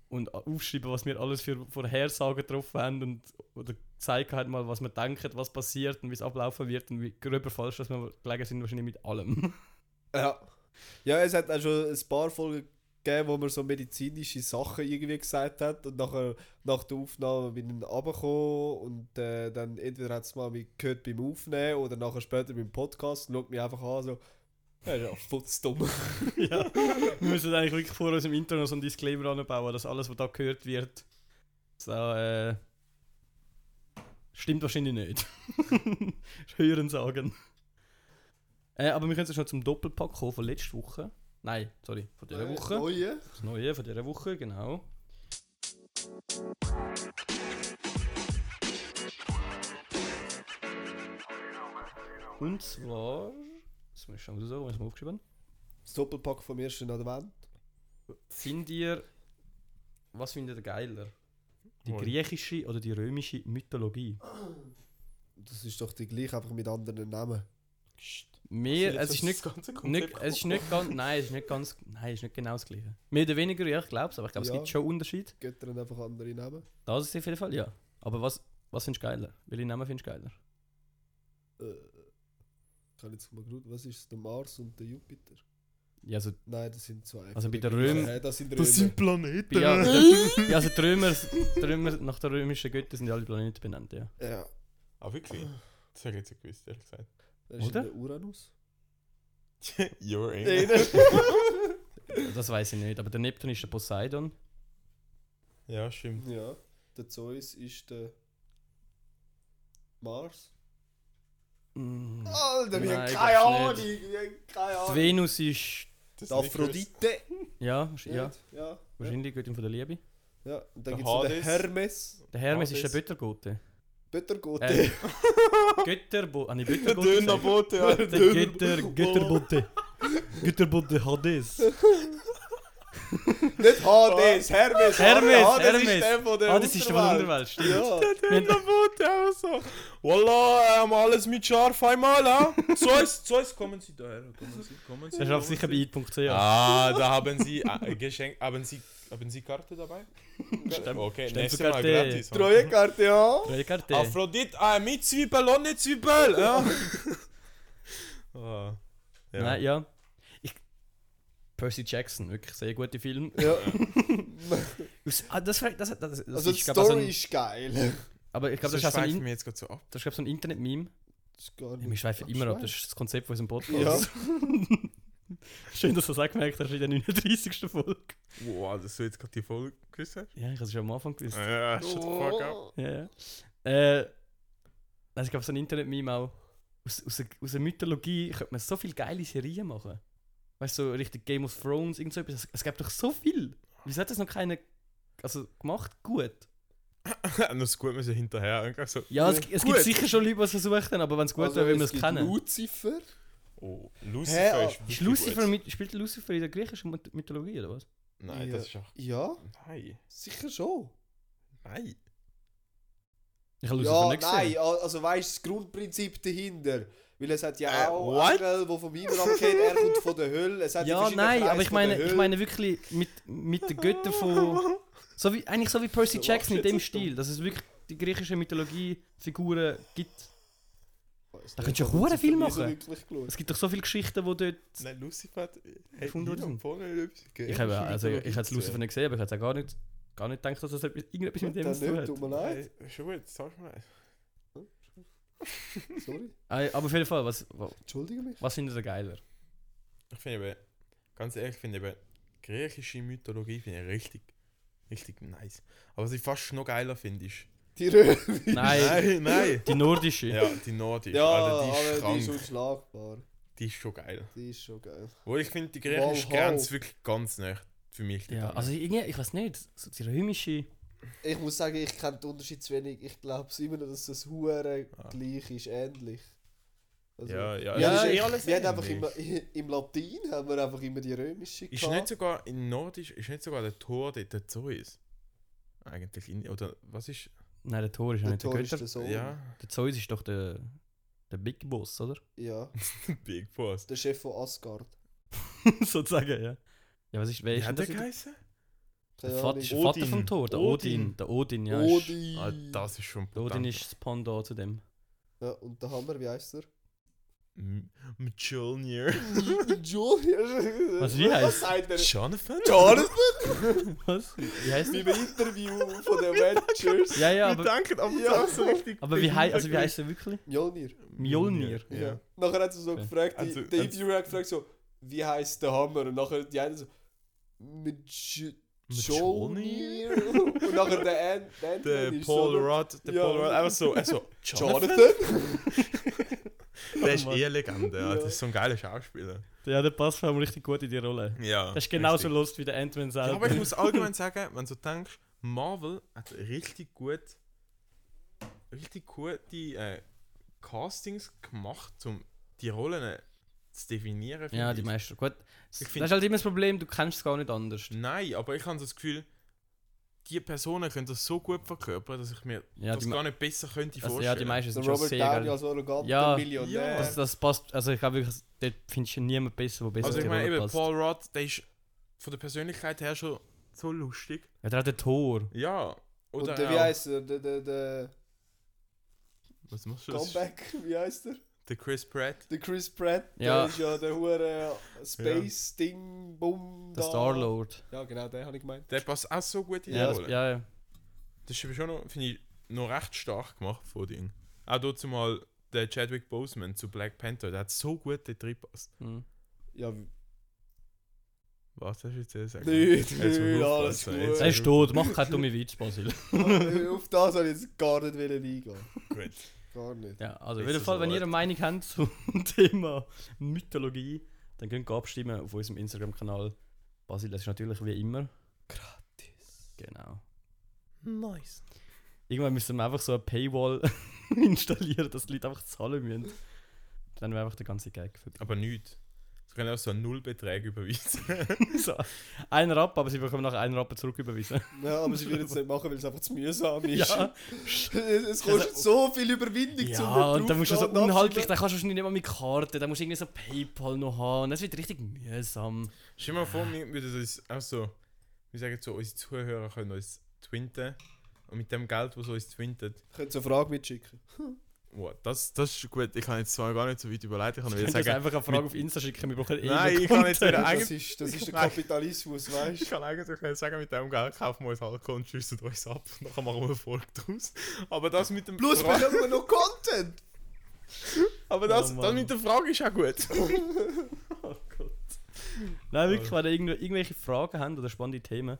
[SPEAKER 2] und a- aufschreiben, was wir alles für Vorhersagen getroffen haben und oder gezeigt haben, mal, was wir denken, was passiert und wie es ablaufen wird und wie gröber falsch, dass wir gelegen sind, wahrscheinlich mit allem.
[SPEAKER 4] Ja. Ja, es hat auch schon ein paar Folgen gegeben, wo man so medizinische Sachen irgendwie gesagt hat und nachher nach der Aufnahme bin ich runtergekommen und äh, dann entweder hat es mal mich gehört beim Aufnehmen oder nachher später beim Podcast und schaut mich einfach an so «Ja, ist ja futzdumm.
[SPEAKER 2] ja. Wir müssen eigentlich wirklich vor unserem Intro noch so ein Disclaimer anbauen, dass alles, was da gehört wird, so, äh, stimmt wahrscheinlich nicht. Hören sagen. Äh, aber wir können jetzt schon zum Doppelpack kommen von letzter Woche. Nein, sorry, von dieser Woche.
[SPEAKER 4] Neue?
[SPEAKER 2] Das Neue von dieser Woche, genau. Und zwar. Das muss ich schon raussuchen, wenn ich es mir aufgeschrieben habe.
[SPEAKER 4] Das Doppelpack vom ersten Advent.
[SPEAKER 2] Findet ihr. Was findet ihr geiler? Die
[SPEAKER 3] Moin.
[SPEAKER 2] griechische oder die römische Mythologie?
[SPEAKER 4] Das ist doch die gleiche, einfach mit anderen Namen.
[SPEAKER 2] Mehr, es
[SPEAKER 3] Jetzt
[SPEAKER 2] also ist
[SPEAKER 3] hast
[SPEAKER 2] nicht,
[SPEAKER 3] du das ganze
[SPEAKER 2] nicht,
[SPEAKER 3] Konzept
[SPEAKER 2] es ist nicht ganz, nein, es ist nicht ganz, nein, es ist nicht genau das gleiche. Mehr oder weniger, ja, ich glaube es, aber ich glaube,
[SPEAKER 4] Ja.
[SPEAKER 2] es gibt schon Unterschied.
[SPEAKER 4] Götter haben einfach andere Namen.
[SPEAKER 2] Das ist auf jeden Fall, ja. Aber was, was findest du geiler? Welche Namen findest du geiler?
[SPEAKER 4] Äh, ich kann jetzt mal gut, was ist es? Der Mars und der Jupiter?
[SPEAKER 2] Ja, also
[SPEAKER 4] Nein, das sind zwei.
[SPEAKER 2] Also bei
[SPEAKER 4] der
[SPEAKER 2] den Röm-
[SPEAKER 4] Nein, das sind Römer.
[SPEAKER 3] Das sind Planeten!
[SPEAKER 2] Ja, ja also die Römer, die Römer, nach den römischen Göttern sind alle Planeten benannt, ja.
[SPEAKER 4] ja.
[SPEAKER 3] Ah, wirklich? Das hätte ich jetzt nicht gewusst, ehrlich gesagt.
[SPEAKER 4] Das ist
[SPEAKER 2] Oder?
[SPEAKER 4] der Uranus.
[SPEAKER 3] You're
[SPEAKER 4] Nein,
[SPEAKER 3] in.
[SPEAKER 2] Das weiß ich nicht, aber der Neptun ist der Poseidon.
[SPEAKER 3] Ja, stimmt.
[SPEAKER 4] ja, der Zeus ist der Mars.
[SPEAKER 2] Mm.
[SPEAKER 4] Alter, wir
[SPEAKER 2] Nein,
[SPEAKER 4] haben keine Ahnung.
[SPEAKER 2] glaub's nicht.
[SPEAKER 4] Wir haben keine
[SPEAKER 2] Die
[SPEAKER 4] Ahnung.
[SPEAKER 2] Venus ist.
[SPEAKER 3] Das
[SPEAKER 4] Die Aphrodite.
[SPEAKER 2] Ja, wahrsch- ja,
[SPEAKER 4] Ja. ja.
[SPEAKER 2] wahrscheinlich Göttin von der Liebe.
[SPEAKER 4] ja. Und
[SPEAKER 3] Der
[SPEAKER 4] dann gibt es noch den
[SPEAKER 3] Hades.
[SPEAKER 4] Hermes.
[SPEAKER 2] Der Hermes
[SPEAKER 3] Hades.
[SPEAKER 2] ist der Böttergote.
[SPEAKER 4] Böttergote.
[SPEAKER 2] Äh, Götterbo. Ah, nicht Böttergote. gesagt.
[SPEAKER 3] Dönerbote, ja.
[SPEAKER 2] Der Götter, Götterbote. Götterbote Hades.
[SPEAKER 4] Ah, Nicht Hades, Hermes.
[SPEAKER 2] Hermes,
[SPEAKER 4] Hades
[SPEAKER 2] Hermes.
[SPEAKER 4] Ist der von der
[SPEAKER 2] Ah, das ist der von der
[SPEAKER 4] Unterwelt.
[SPEAKER 2] Unterwelt, stimmt.
[SPEAKER 3] Dönerbote, also. Wallah, ähm, alles mit Scharf einmal, ha? So ist, so ist, kommen Sie daher. Kommen Sie, kommen Sie.
[SPEAKER 2] Der schafft sicher bei it.ch.
[SPEAKER 3] Ah, da haben Sie äh, geschenkt. Haben Sie, haben Sie Karte dabei? Okay, nächstes Mal
[SPEAKER 2] Stempelkarte.
[SPEAKER 3] gratis.
[SPEAKER 4] Ja. Treuekarte, ja.
[SPEAKER 2] Drei Karte.
[SPEAKER 3] Aphrodite, ah, mit Zwiebel, ohne Zwiebel. Ja. Ah, ja.
[SPEAKER 2] Nein, ja. Ich, Percy Jackson, wirklich sehr guter Film.
[SPEAKER 4] ja.
[SPEAKER 2] Aus- Ah, das, das, das, das, das
[SPEAKER 4] Also die
[SPEAKER 2] ist, glaub, so
[SPEAKER 4] Story
[SPEAKER 2] ein,
[SPEAKER 4] ist geil.
[SPEAKER 2] Aber ich glaube, das
[SPEAKER 3] das
[SPEAKER 2] ist auch so ein,
[SPEAKER 3] schweifen
[SPEAKER 2] In-
[SPEAKER 3] wir jetzt gerade so ab.
[SPEAKER 2] das ist, glaub, so ein Internet-Meme.
[SPEAKER 4] Das ist gar
[SPEAKER 2] Ja, wir schweifen immer ab, das ist das Konzept von unserem Podcast. Schön, dass du das auch gemerkt hast in der 39. Folge.
[SPEAKER 3] Wow, das du jetzt gerade die Folge gewusst hast?
[SPEAKER 2] Ja, ich habe es schon am Anfang gewusst.
[SPEAKER 3] Ja, shut the fuck up.
[SPEAKER 4] Oh.
[SPEAKER 2] Ja, ja. Äh, also ich glaube, so ein Internet-Meme auch. Aus, aus, der- aus der Mythologie könnte man so viele geile Serien machen. Weißt du, so richtig Game of Thrones, irgend so etwas. Es- Es gibt doch so viel. Wieso hat das noch keiner also, gemacht? Gut.
[SPEAKER 3] Und Oh. das gut müssen hinterher. irgendwie So.
[SPEAKER 2] Ja, es, es
[SPEAKER 4] Ja, gut. Also,
[SPEAKER 2] gibt sicher schon Leute, die es versucht haben, aber wenn es gut wäre, würden wir es
[SPEAKER 4] gibt
[SPEAKER 2] kennen.
[SPEAKER 4] Lucifer.
[SPEAKER 3] Oh,
[SPEAKER 4] Hä,
[SPEAKER 3] Lucifer
[SPEAKER 4] ah,
[SPEAKER 2] Ist
[SPEAKER 3] ist wirklich
[SPEAKER 2] Lucifer
[SPEAKER 3] gut.
[SPEAKER 2] mit, spielt Lucifer in der griechischen Myth- Mythologie oder was?
[SPEAKER 3] Nein, das ist auch...
[SPEAKER 4] Ja,
[SPEAKER 3] Nein.
[SPEAKER 4] sicher schon.
[SPEAKER 3] Nein.
[SPEAKER 2] Ich habe Lucifer
[SPEAKER 4] Ja,
[SPEAKER 2] nicht
[SPEAKER 4] nein,
[SPEAKER 2] gesehen.
[SPEAKER 4] al- also weißt du, das Grundprinzip dahinter. Weil es hat ja
[SPEAKER 3] Äh,
[SPEAKER 4] auch
[SPEAKER 3] what?
[SPEAKER 4] Engel, die vom Himmel abgehen, er kommt von der Hölle. Es hat die
[SPEAKER 2] Ja,
[SPEAKER 4] verschiedenen
[SPEAKER 2] nein,
[SPEAKER 4] Kreise
[SPEAKER 2] aber ich
[SPEAKER 4] von der
[SPEAKER 2] meine, ich
[SPEAKER 4] Hölle.
[SPEAKER 2] meine wirklich mit, mit den Göttern von. So wie, eigentlich so wie Percy
[SPEAKER 4] Du lachst
[SPEAKER 2] Jackson in
[SPEAKER 4] jetzt
[SPEAKER 2] dem
[SPEAKER 4] so dumm.
[SPEAKER 2] Stil, dass es wirklich die griechische Mythologie Figuren gibt.
[SPEAKER 4] Oh,
[SPEAKER 2] Da könntest du ja
[SPEAKER 4] Ich hab
[SPEAKER 2] hure viel
[SPEAKER 4] Lucifer
[SPEAKER 2] machen.
[SPEAKER 4] nie so wirklich geschaut.
[SPEAKER 2] Es gibt doch so viele Geschichten, wo dort.
[SPEAKER 3] Nein, Lucifer hat...
[SPEAKER 2] Erfunden worden sind.
[SPEAKER 3] vorne
[SPEAKER 2] Ich habe also, ich habe Lucifer nicht gesehen, aber ich hätte auch gar nicht, gar nicht gedacht, dass das etwas- irgendetwas mit dem
[SPEAKER 4] Dann
[SPEAKER 2] zu tun
[SPEAKER 4] nicht,
[SPEAKER 2] hat.
[SPEAKER 4] tut mir leid.
[SPEAKER 3] Schon gut, sag mal.
[SPEAKER 4] Sorry,
[SPEAKER 2] Ah, Aber auf jeden Fall, was, wa-
[SPEAKER 4] entschuldige mich.
[SPEAKER 2] was findet ihr geiler?
[SPEAKER 3] Ich finde eben... Ganz ehrlich, ich finde eben... Griechische Mythologie finde ich richtig... Richtig nice. Aber was ich fast noch geiler finde, ist...
[SPEAKER 4] Die Röhre.
[SPEAKER 2] Nein,
[SPEAKER 3] nein. nein.
[SPEAKER 2] die nordische.
[SPEAKER 3] ja, die Nordisch.
[SPEAKER 4] Ja,
[SPEAKER 3] Alter, die ist
[SPEAKER 4] aber die ist
[SPEAKER 3] krank.
[SPEAKER 4] unschlagbar.
[SPEAKER 3] Die ist schon geil.
[SPEAKER 4] Die ist schon geil.
[SPEAKER 3] Wo ich finde, die griechische
[SPEAKER 4] Walhalla.
[SPEAKER 3] Grenze wirklich ganz nah für mich.
[SPEAKER 2] Ja, also irgendwie, ich weiß nicht, so die römische.
[SPEAKER 4] Ich muss sagen, ich kenne den Unterschied zu wenig. Ich glaube immer noch, dass das Hure
[SPEAKER 3] Ah.
[SPEAKER 4] gleich ist, ähnlich. Also,
[SPEAKER 3] Ja, ja,
[SPEAKER 4] wir
[SPEAKER 2] ja,
[SPEAKER 4] haben
[SPEAKER 2] eh
[SPEAKER 4] echt-
[SPEAKER 3] alles
[SPEAKER 4] wir haben einfach immer,
[SPEAKER 3] ähnlich.
[SPEAKER 4] Im Latein haben wir einfach immer die römische.
[SPEAKER 3] Ist nicht sogar in Nordisch, ist nicht sogar der Tor dort der Zeus? Eigentlich in, oder was ist?
[SPEAKER 2] Nein, der Thor ist ja
[SPEAKER 4] der
[SPEAKER 2] nicht der
[SPEAKER 4] Tor ist
[SPEAKER 2] Götter.
[SPEAKER 4] der Sohn. Ja.
[SPEAKER 3] Ja,
[SPEAKER 2] Der Zeus ist doch der, der Big Boss, oder?
[SPEAKER 3] Big Boss.
[SPEAKER 4] der Chef von Asgard.
[SPEAKER 2] Sozusagen, ja. Ja, was ist, wer
[SPEAKER 3] Wie
[SPEAKER 2] ist
[SPEAKER 3] hat
[SPEAKER 2] denn
[SPEAKER 3] der
[SPEAKER 2] das? wieder?
[SPEAKER 3] geheißen?
[SPEAKER 2] Der
[SPEAKER 4] Keine
[SPEAKER 2] Vater,
[SPEAKER 4] Ahnung.
[SPEAKER 2] ist der Vater vom
[SPEAKER 3] Odin.
[SPEAKER 2] Thor, der Odin.
[SPEAKER 3] Odin.
[SPEAKER 2] Der Odin, ja. Ist,
[SPEAKER 4] Odin.
[SPEAKER 3] Ah, das ist schon
[SPEAKER 2] der Odin
[SPEAKER 3] brutal.
[SPEAKER 2] Oh, ist das Pendant zu dem.
[SPEAKER 4] Ja, und der Hammer, wie heißt er?
[SPEAKER 3] M- Mjolnir.
[SPEAKER 4] Julian.
[SPEAKER 2] Was, wie
[SPEAKER 4] Was
[SPEAKER 2] heißt-
[SPEAKER 4] sagt er?
[SPEAKER 3] Jonathan?
[SPEAKER 4] Jonathan?
[SPEAKER 2] Was? Wie heißt
[SPEAKER 4] Wie
[SPEAKER 2] der?
[SPEAKER 4] beim Interview von den Avengers.
[SPEAKER 2] Ja, ja,
[SPEAKER 3] Wir
[SPEAKER 2] aber,
[SPEAKER 3] danken aber
[SPEAKER 4] Ja.
[SPEAKER 3] so richtig.
[SPEAKER 2] aber wie, hei also, wie heißt er wirklich?
[SPEAKER 4] Mjolnir.
[SPEAKER 2] Mjolnir.
[SPEAKER 3] Ja.
[SPEAKER 4] Ja. Nachher hat sie so
[SPEAKER 2] Okay.
[SPEAKER 4] gefragt,
[SPEAKER 3] Also,
[SPEAKER 4] die, der
[SPEAKER 3] als-
[SPEAKER 4] Interviewer hat gefragt so, wie heißt der Hammer? Und nachher die eine so, mit J-
[SPEAKER 3] Mit
[SPEAKER 4] Jolnir? Und nachher der Ant, der Ant
[SPEAKER 3] Der Paul Rudd, der
[SPEAKER 4] Ja.
[SPEAKER 3] Paul Rudd, einfach so, also Jonathan,
[SPEAKER 4] Jonathan?
[SPEAKER 3] der ist
[SPEAKER 2] Mann.
[SPEAKER 3] eh Legende, ja.
[SPEAKER 4] Ja.
[SPEAKER 3] das ist so ein geiler Schauspieler.
[SPEAKER 2] Ja, der passt vor allem richtig gut in die Rolle.
[SPEAKER 3] Ja,
[SPEAKER 2] Das ist genauso
[SPEAKER 3] richtig.
[SPEAKER 2] lost wie der Ant-Man
[SPEAKER 3] Ja,
[SPEAKER 2] selber.
[SPEAKER 3] aber ich muss allgemein sagen, wenn du denkst, Marvel hat richtig gut, richtig gute äh, Castings gemacht, um die Rollen äh, zu definieren.
[SPEAKER 2] ja,
[SPEAKER 3] finde
[SPEAKER 2] die
[SPEAKER 3] ich.
[SPEAKER 2] meisten. Gut.
[SPEAKER 3] Ich
[SPEAKER 2] Das
[SPEAKER 3] find-
[SPEAKER 2] ist halt immer das Problem, du kennst es gar nicht anders.
[SPEAKER 3] Nein, aber ich habe so das Gefühl, die Personen können das so gut verkörpern, dass ich mir
[SPEAKER 2] Ja,
[SPEAKER 3] das
[SPEAKER 2] die,
[SPEAKER 3] gar nicht besser könnte
[SPEAKER 2] also, ja, die
[SPEAKER 3] vorstellen.
[SPEAKER 2] meisten
[SPEAKER 4] Der
[SPEAKER 2] sind schon
[SPEAKER 4] Robert
[SPEAKER 2] sehr
[SPEAKER 4] Downey
[SPEAKER 2] geil.
[SPEAKER 4] als arroganter
[SPEAKER 2] Ja.
[SPEAKER 4] Millionär.
[SPEAKER 2] Das, das passt, also ich glaube wirklich, das- dort findest du niemanden besser, der besser
[SPEAKER 3] also
[SPEAKER 2] zu
[SPEAKER 3] ich
[SPEAKER 2] dir
[SPEAKER 3] meine, eben,
[SPEAKER 2] passt.
[SPEAKER 3] Paul Rudd, der ist von der Persönlichkeit her schon so lustig.
[SPEAKER 2] Ja, der hat den Tor.
[SPEAKER 3] Ja. Oder
[SPEAKER 4] Und der, wie
[SPEAKER 3] auch-
[SPEAKER 4] heißt er? Der, der, der
[SPEAKER 3] was machst du? Das ist-
[SPEAKER 4] Comeback, wie heißt er?
[SPEAKER 3] Der Chris Pratt.
[SPEAKER 4] Der Chris Pratt,
[SPEAKER 2] Ja.
[SPEAKER 4] der ist ja der hure Space-Ding-Bum
[SPEAKER 2] Der
[SPEAKER 4] da.
[SPEAKER 2] Star-Lord.
[SPEAKER 4] Ja, genau, den habe ich gemeint.
[SPEAKER 3] Der passt auch so gut in die
[SPEAKER 2] Ja,
[SPEAKER 3] Rolle.
[SPEAKER 2] das- ja, ja.
[SPEAKER 3] Das ist aber schon noch, finde ich, noch recht stark gemacht von Ding. Auch dazu mal der Chadwick Boseman zu Black Panther, der hat so gut den Trip passt.
[SPEAKER 2] Hm.
[SPEAKER 4] Ja,
[SPEAKER 3] Was hast du jetzt gesagt?
[SPEAKER 4] Nicht,
[SPEAKER 3] muss man aufpassen,
[SPEAKER 4] nicht, alles gut.
[SPEAKER 3] jetzt
[SPEAKER 2] Er
[SPEAKER 3] muss
[SPEAKER 2] ist tot, mach keine dumme Witz, Basil.
[SPEAKER 4] auf das habe ich jetzt gar nicht wollen eingehen.
[SPEAKER 3] man- Gut.
[SPEAKER 4] gar nicht.
[SPEAKER 2] Ja, also auf
[SPEAKER 3] Ist
[SPEAKER 2] jeden
[SPEAKER 3] das
[SPEAKER 2] Fall, wenn
[SPEAKER 3] so
[SPEAKER 2] ihr eine
[SPEAKER 3] alt?
[SPEAKER 2] Meinung habt zum Thema Mythologie, dann könnt ihr abstimmen auf unserem Instagram-Kanal. Basil, das ist natürlich wie immer.
[SPEAKER 4] Gratis.
[SPEAKER 2] Genau.
[SPEAKER 4] Nice.
[SPEAKER 2] Irgendwann müssen wir einfach so eine Paywall installieren, dass die Leute einfach zahlen müssen. Dann wäre einfach der ganze Gag vorbei.
[SPEAKER 3] Aber nichts. Sie können auch so Nullbeträge überweisen.
[SPEAKER 2] so, ein Rappen, aber sie bekommen nachher einen Rappen zurücküberwiesen.
[SPEAKER 4] Ja, aber sie würden es nicht machen, weil es einfach zu mühsam ist.
[SPEAKER 2] ja, Also,
[SPEAKER 4] Es, es kostet so viel Überwindung zum
[SPEAKER 2] ja und dann musst du so
[SPEAKER 4] draufgehen und
[SPEAKER 2] unhaltlich,
[SPEAKER 4] abschieben.
[SPEAKER 2] dann kannst du schon nicht mal mit Karte, dann musst du irgendwie so Paypal noch haben. Und Das wird richtig mühsam.
[SPEAKER 3] Stell dir mal vor, wir würden uns auch so, wir sagen so, unsere Zuhörer können uns twinten. Und mit dem Geld, das uns twintet,
[SPEAKER 4] Könnt ihr eine Frage mitschicken?
[SPEAKER 3] wow, das, das ist gut. Ich kann jetzt zwar gar nicht so weit überleiten, ich kann nur
[SPEAKER 2] Ich
[SPEAKER 3] jetzt
[SPEAKER 2] kann
[SPEAKER 3] sagen,
[SPEAKER 2] einfach eine Frage auf Insta schicken, wir brauchen eh
[SPEAKER 3] Nein,
[SPEAKER 2] noch
[SPEAKER 3] ich kann jetzt
[SPEAKER 2] Content.
[SPEAKER 3] wieder
[SPEAKER 4] Das
[SPEAKER 3] eigentlich-
[SPEAKER 4] ist, das ist der
[SPEAKER 3] Nein.
[SPEAKER 4] Kapitalismus,
[SPEAKER 3] ich
[SPEAKER 4] weißt
[SPEAKER 3] kann eigentlich nicht sagen, mit dem Geld kaufen wir uns Alkohol und schiessen uns ab. Und dann machen wir eine Folge draus. Aber das mit dem
[SPEAKER 4] Plus bekommen wir noch Content!
[SPEAKER 3] aber das,
[SPEAKER 2] Oh
[SPEAKER 3] das
[SPEAKER 2] Mann.
[SPEAKER 3] mit der Frage ist auch gut.
[SPEAKER 2] Oh Gott. Nein, wirklich, wenn ihr irgendw irgendwelche Fragen habt oder spannende Themen.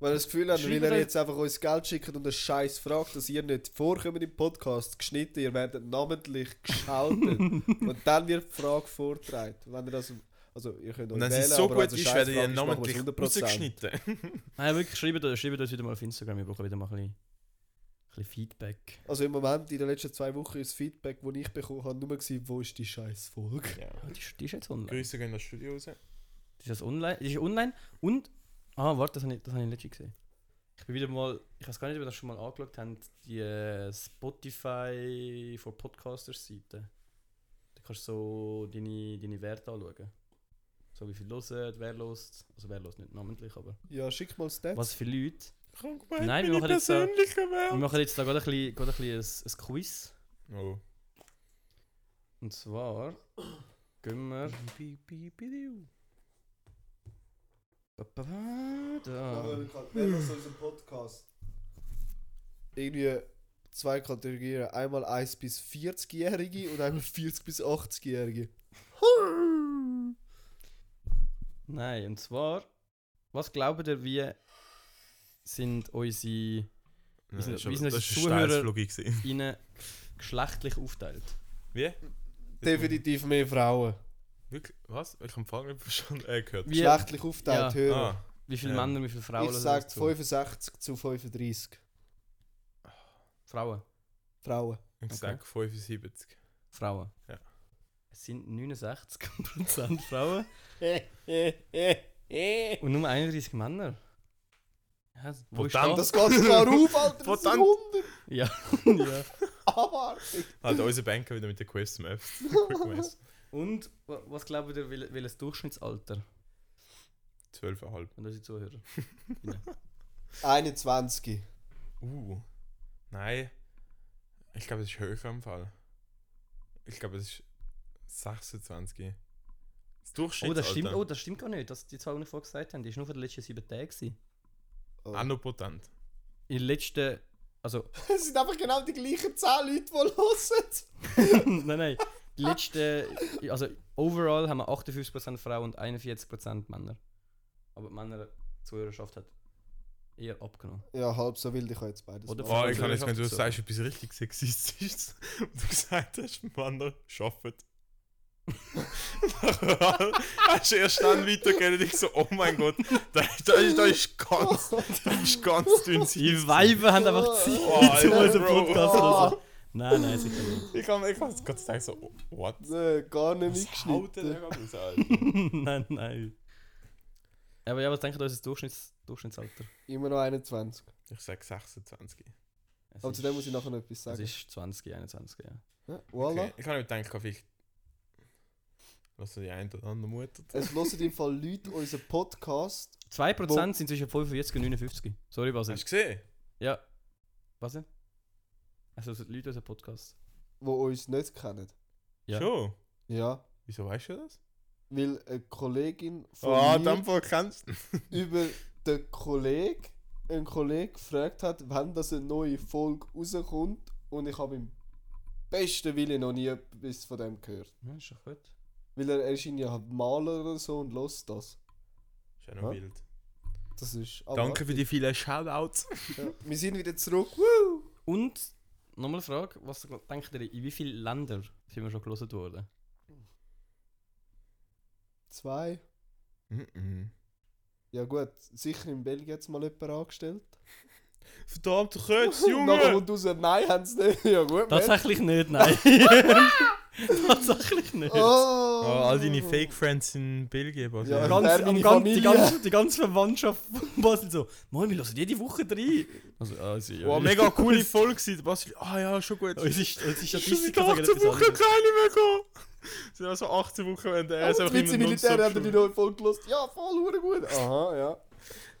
[SPEAKER 4] Wenn ihr das Gefühl habt, will
[SPEAKER 2] Schreibt
[SPEAKER 4] er
[SPEAKER 2] euch-
[SPEAKER 4] jetzt einfach uns Geld schicken und eine scheiß fragt, dass ihr nicht vorkommt im Podcast, geschnitten, ihr werdet namentlich geschaltet. und dann wird die Frage vorgetragen. Wenn ihr das... Also, ihr könnt
[SPEAKER 3] Und
[SPEAKER 4] euch
[SPEAKER 3] wenn
[SPEAKER 4] wählen,
[SPEAKER 3] es so
[SPEAKER 4] aber
[SPEAKER 3] gut
[SPEAKER 4] wenn's eine
[SPEAKER 3] ist, werden die
[SPEAKER 4] Scheissfrage ist, machen
[SPEAKER 3] namentlich
[SPEAKER 4] wir es 100%.
[SPEAKER 3] rausgeschnitten.
[SPEAKER 2] Nein, wirklich, schreibt, uns- schreibt uns wieder mal auf Instagram, wir brauchen wieder mal ein bisschen, ein bisschen Feedback.
[SPEAKER 4] Also im Moment, in den letzten zwei Wochen, ist das Feedback, das ich bekommen habe, nur gewesen, wo ist die scheiß Folge?
[SPEAKER 3] Ja.
[SPEAKER 2] Ah, die, ist- die ist jetzt online.
[SPEAKER 3] Grüße gehen das Studio raus.
[SPEAKER 2] Die ist jetzt online. Die ist online und. Ah, warte, das habe ich, das habe ich letztens gesehen. Ich bin wieder mal. Ich weiß gar nicht, ob wir das schon mal angeschaut haben. Die äh, Spotify for Podcasters Seite. Da kannst du so deine, deine Werte anschauen. So wie viel hören, wer lost. Also wer lost nicht namentlich, aber.
[SPEAKER 4] Ja, schick mal Stats.
[SPEAKER 2] Was viele Leute.
[SPEAKER 3] Krank,
[SPEAKER 2] Nein, wir
[SPEAKER 3] meine
[SPEAKER 2] machen jetzt so-
[SPEAKER 3] persönliche
[SPEAKER 2] Wir
[SPEAKER 3] Welt.
[SPEAKER 2] machen jetzt da gerade ein bisschen, gerade ein, bisschen ein, ein Quiz.
[SPEAKER 3] Oh.
[SPEAKER 2] Und zwar gehen wir. Ba, ba, ba, Da.
[SPEAKER 4] Wenn das unser Podcast irgendwie zwei Kategorien, einmal 1 bis 40-Jährige und einmal 40 bis 80-Jährige.
[SPEAKER 2] Nein, und zwar, was glaubt ihr, wie sind unsere
[SPEAKER 3] Nein,
[SPEAKER 2] Wie sind-
[SPEAKER 3] das ist aber-
[SPEAKER 2] wie sind unsere
[SPEAKER 3] das ist eine
[SPEAKER 2] Zuhörer-
[SPEAKER 3] Steinsflug gewesen.
[SPEAKER 2] Innen geschlechtlich aufteilt?
[SPEAKER 3] Wie?
[SPEAKER 4] Definitiv mehr Frauen.
[SPEAKER 3] Wirklich? Was? Ich habe Fall nicht verstanden. Äh, gehört.
[SPEAKER 2] Wie,
[SPEAKER 4] Geschlechtlich aufteilt,
[SPEAKER 2] Ja.
[SPEAKER 4] hören.
[SPEAKER 3] Ah,
[SPEAKER 2] wie viele
[SPEAKER 3] Ja.
[SPEAKER 2] Männer, wie viele Frauen?
[SPEAKER 4] ich
[SPEAKER 2] hören
[SPEAKER 4] sage
[SPEAKER 2] dazu?
[SPEAKER 4] 65 zu 35.
[SPEAKER 2] Frauen.
[SPEAKER 4] Frauen.
[SPEAKER 3] ich sage 75.
[SPEAKER 2] Frauen.
[SPEAKER 3] Ja.
[SPEAKER 2] Es sind 69% Frauen
[SPEAKER 4] das
[SPEAKER 2] und nur 31 Männer. Ja, wo ist
[SPEAKER 3] Verdammt,
[SPEAKER 2] das?
[SPEAKER 4] geht klar auf, Alter. Das sind
[SPEAKER 3] Verdammt.
[SPEAKER 4] 100.
[SPEAKER 2] ja.
[SPEAKER 4] Abartig.
[SPEAKER 3] Alter, unser Banker wieder mit der Quest Map.
[SPEAKER 2] Und wa- was glaubt ihr, wel- welches Durchschnittsalter
[SPEAKER 3] 12,5.
[SPEAKER 2] von unseren Zuhörern?
[SPEAKER 4] 21.
[SPEAKER 3] Uh. Nein. Ich glaube, es ist höher im Fall. Ich glaube, es ist 26. Das Durchschnitt.
[SPEAKER 2] Oh, das stimmt, oh, das stimmt gar nicht. Das, die Zahl, die ich vorhin gesagt habe, die ist nur für die letzten sieben Tage. gewesen.
[SPEAKER 4] Oh.
[SPEAKER 3] Annopotent.
[SPEAKER 2] In den letzten. Also,
[SPEAKER 4] Es sind einfach genau die gleichen 10 Leute, die hören.
[SPEAKER 2] nein, nein. Die letzten. Also, overall haben wir 58% Frauen und 41% Männer. Aber die Männer-Zuhörerschaft hat eher abgenommen.
[SPEAKER 4] Ja, halb so wild, ich kann jetzt beides
[SPEAKER 2] Oder
[SPEAKER 3] Oh,
[SPEAKER 4] machen.
[SPEAKER 2] Frauen-
[SPEAKER 3] ich kann jetzt, wenn du
[SPEAKER 2] so.
[SPEAKER 3] sagst, etwas richtig Sexistisches und du gesagt hast, Männer schaffen. hast du erst dann weitergegeben und ich so, oh mein Gott, da, da, ist, da ist ganz, da ist ganz dünn
[SPEAKER 2] Die Weiber haben einfach Zeit
[SPEAKER 3] Oh,
[SPEAKER 2] zu
[SPEAKER 3] Alter,
[SPEAKER 2] unserem
[SPEAKER 3] Bro.
[SPEAKER 2] Podcast oder so. also- Nein, nein, sicher nicht.
[SPEAKER 3] Ich kann ich kann kurz sagen, so, oh, what?
[SPEAKER 4] Nee, gar nicht
[SPEAKER 3] Was haut denn da
[SPEAKER 4] mitgeschnitten.
[SPEAKER 3] gerade raus, Alter?
[SPEAKER 2] nein, nein. Aber ja, was denkt ihr, unser Durchschnitts Durchschnittsalter?
[SPEAKER 4] Immer noch 21.
[SPEAKER 3] Ich sag 26.
[SPEAKER 2] Es
[SPEAKER 4] Aber zu dem muss ich nachher noch etwas
[SPEAKER 2] Es
[SPEAKER 4] sagen.
[SPEAKER 2] ist 20, 21, ja.
[SPEAKER 4] Ja, voilà.
[SPEAKER 3] Okay. Ich kann nicht denken, vielleicht. Lass die eine oder andere Mutter.
[SPEAKER 4] Es hören im Fall Leute unseren Podcast.
[SPEAKER 2] 2% sind zwischen 45 und 59. Sorry, Basil.
[SPEAKER 3] Hast du gesehen?
[SPEAKER 2] Ja. Was denn? Also es sind Leute aus dem Podcast.
[SPEAKER 4] die uns nicht kennen.
[SPEAKER 2] Ja.
[SPEAKER 3] Schon.
[SPEAKER 4] Ja.
[SPEAKER 3] Wieso weißt du das?
[SPEAKER 4] Weil eine Kollegin von
[SPEAKER 3] Ah,
[SPEAKER 4] mir
[SPEAKER 3] dann voll kennst
[SPEAKER 4] über den Kollegen, einen Kollegen gefragt hat, wann das eine neue Folge rauskommt. Und ich habe im besten Willen noch nie etwas von dem gehört.
[SPEAKER 2] Ja, ist doch gut.
[SPEAKER 4] Weil er, er ist irgendwie halt Maler oder so und lässt das.
[SPEAKER 3] Ist ja noch
[SPEAKER 4] Ja.
[SPEAKER 3] wild.
[SPEAKER 4] Das ist...
[SPEAKER 3] Danke für die vielen Shoutouts.
[SPEAKER 4] Ja. Wir sind wieder zurück. Woo!
[SPEAKER 2] Und nochmal eine Frage, was gl- denkt ihr, in wie vielen Ländern sind wir schon gelesen worden?
[SPEAKER 4] Zwei.
[SPEAKER 3] Mhm.
[SPEAKER 4] Ja gut, sicher in Belgien jetzt mal jemand angestellt.
[SPEAKER 3] Verdammt, Kötz,
[SPEAKER 4] Nachher kommt raus, nein, haben sie nicht. Ja gut, Mensch.
[SPEAKER 2] Tatsächlich nicht, nein. Tatsächlich nicht.
[SPEAKER 3] Oh,
[SPEAKER 4] Ah!
[SPEAKER 3] all deine Fake-Friends in Belgien, was?
[SPEAKER 4] Ja,
[SPEAKER 2] Die
[SPEAKER 4] ganz-
[SPEAKER 2] ganze-
[SPEAKER 4] Wer meine
[SPEAKER 2] die ganze-
[SPEAKER 4] Familie?
[SPEAKER 2] die, ganze, die ganze Verwandtschaft von Basel so, moin, wir hören jede Woche rein. Also, ah, sie,
[SPEAKER 3] Wow, Oh, mega coole Folge gewesen, Basel. Ah ja, schon gut.
[SPEAKER 2] Unsere St- unsere
[SPEAKER 3] Schon seit
[SPEAKER 2] Statistiken sagen
[SPEAKER 3] 18
[SPEAKER 2] etwas
[SPEAKER 3] Wochen
[SPEAKER 2] anderes.
[SPEAKER 3] keine mehr gehen. Es sind also 18 Wochen, wenn der
[SPEAKER 4] Also, Witz im Militär haben die neue Folge gelost. Ja, voll, hure gut. Aha, ja.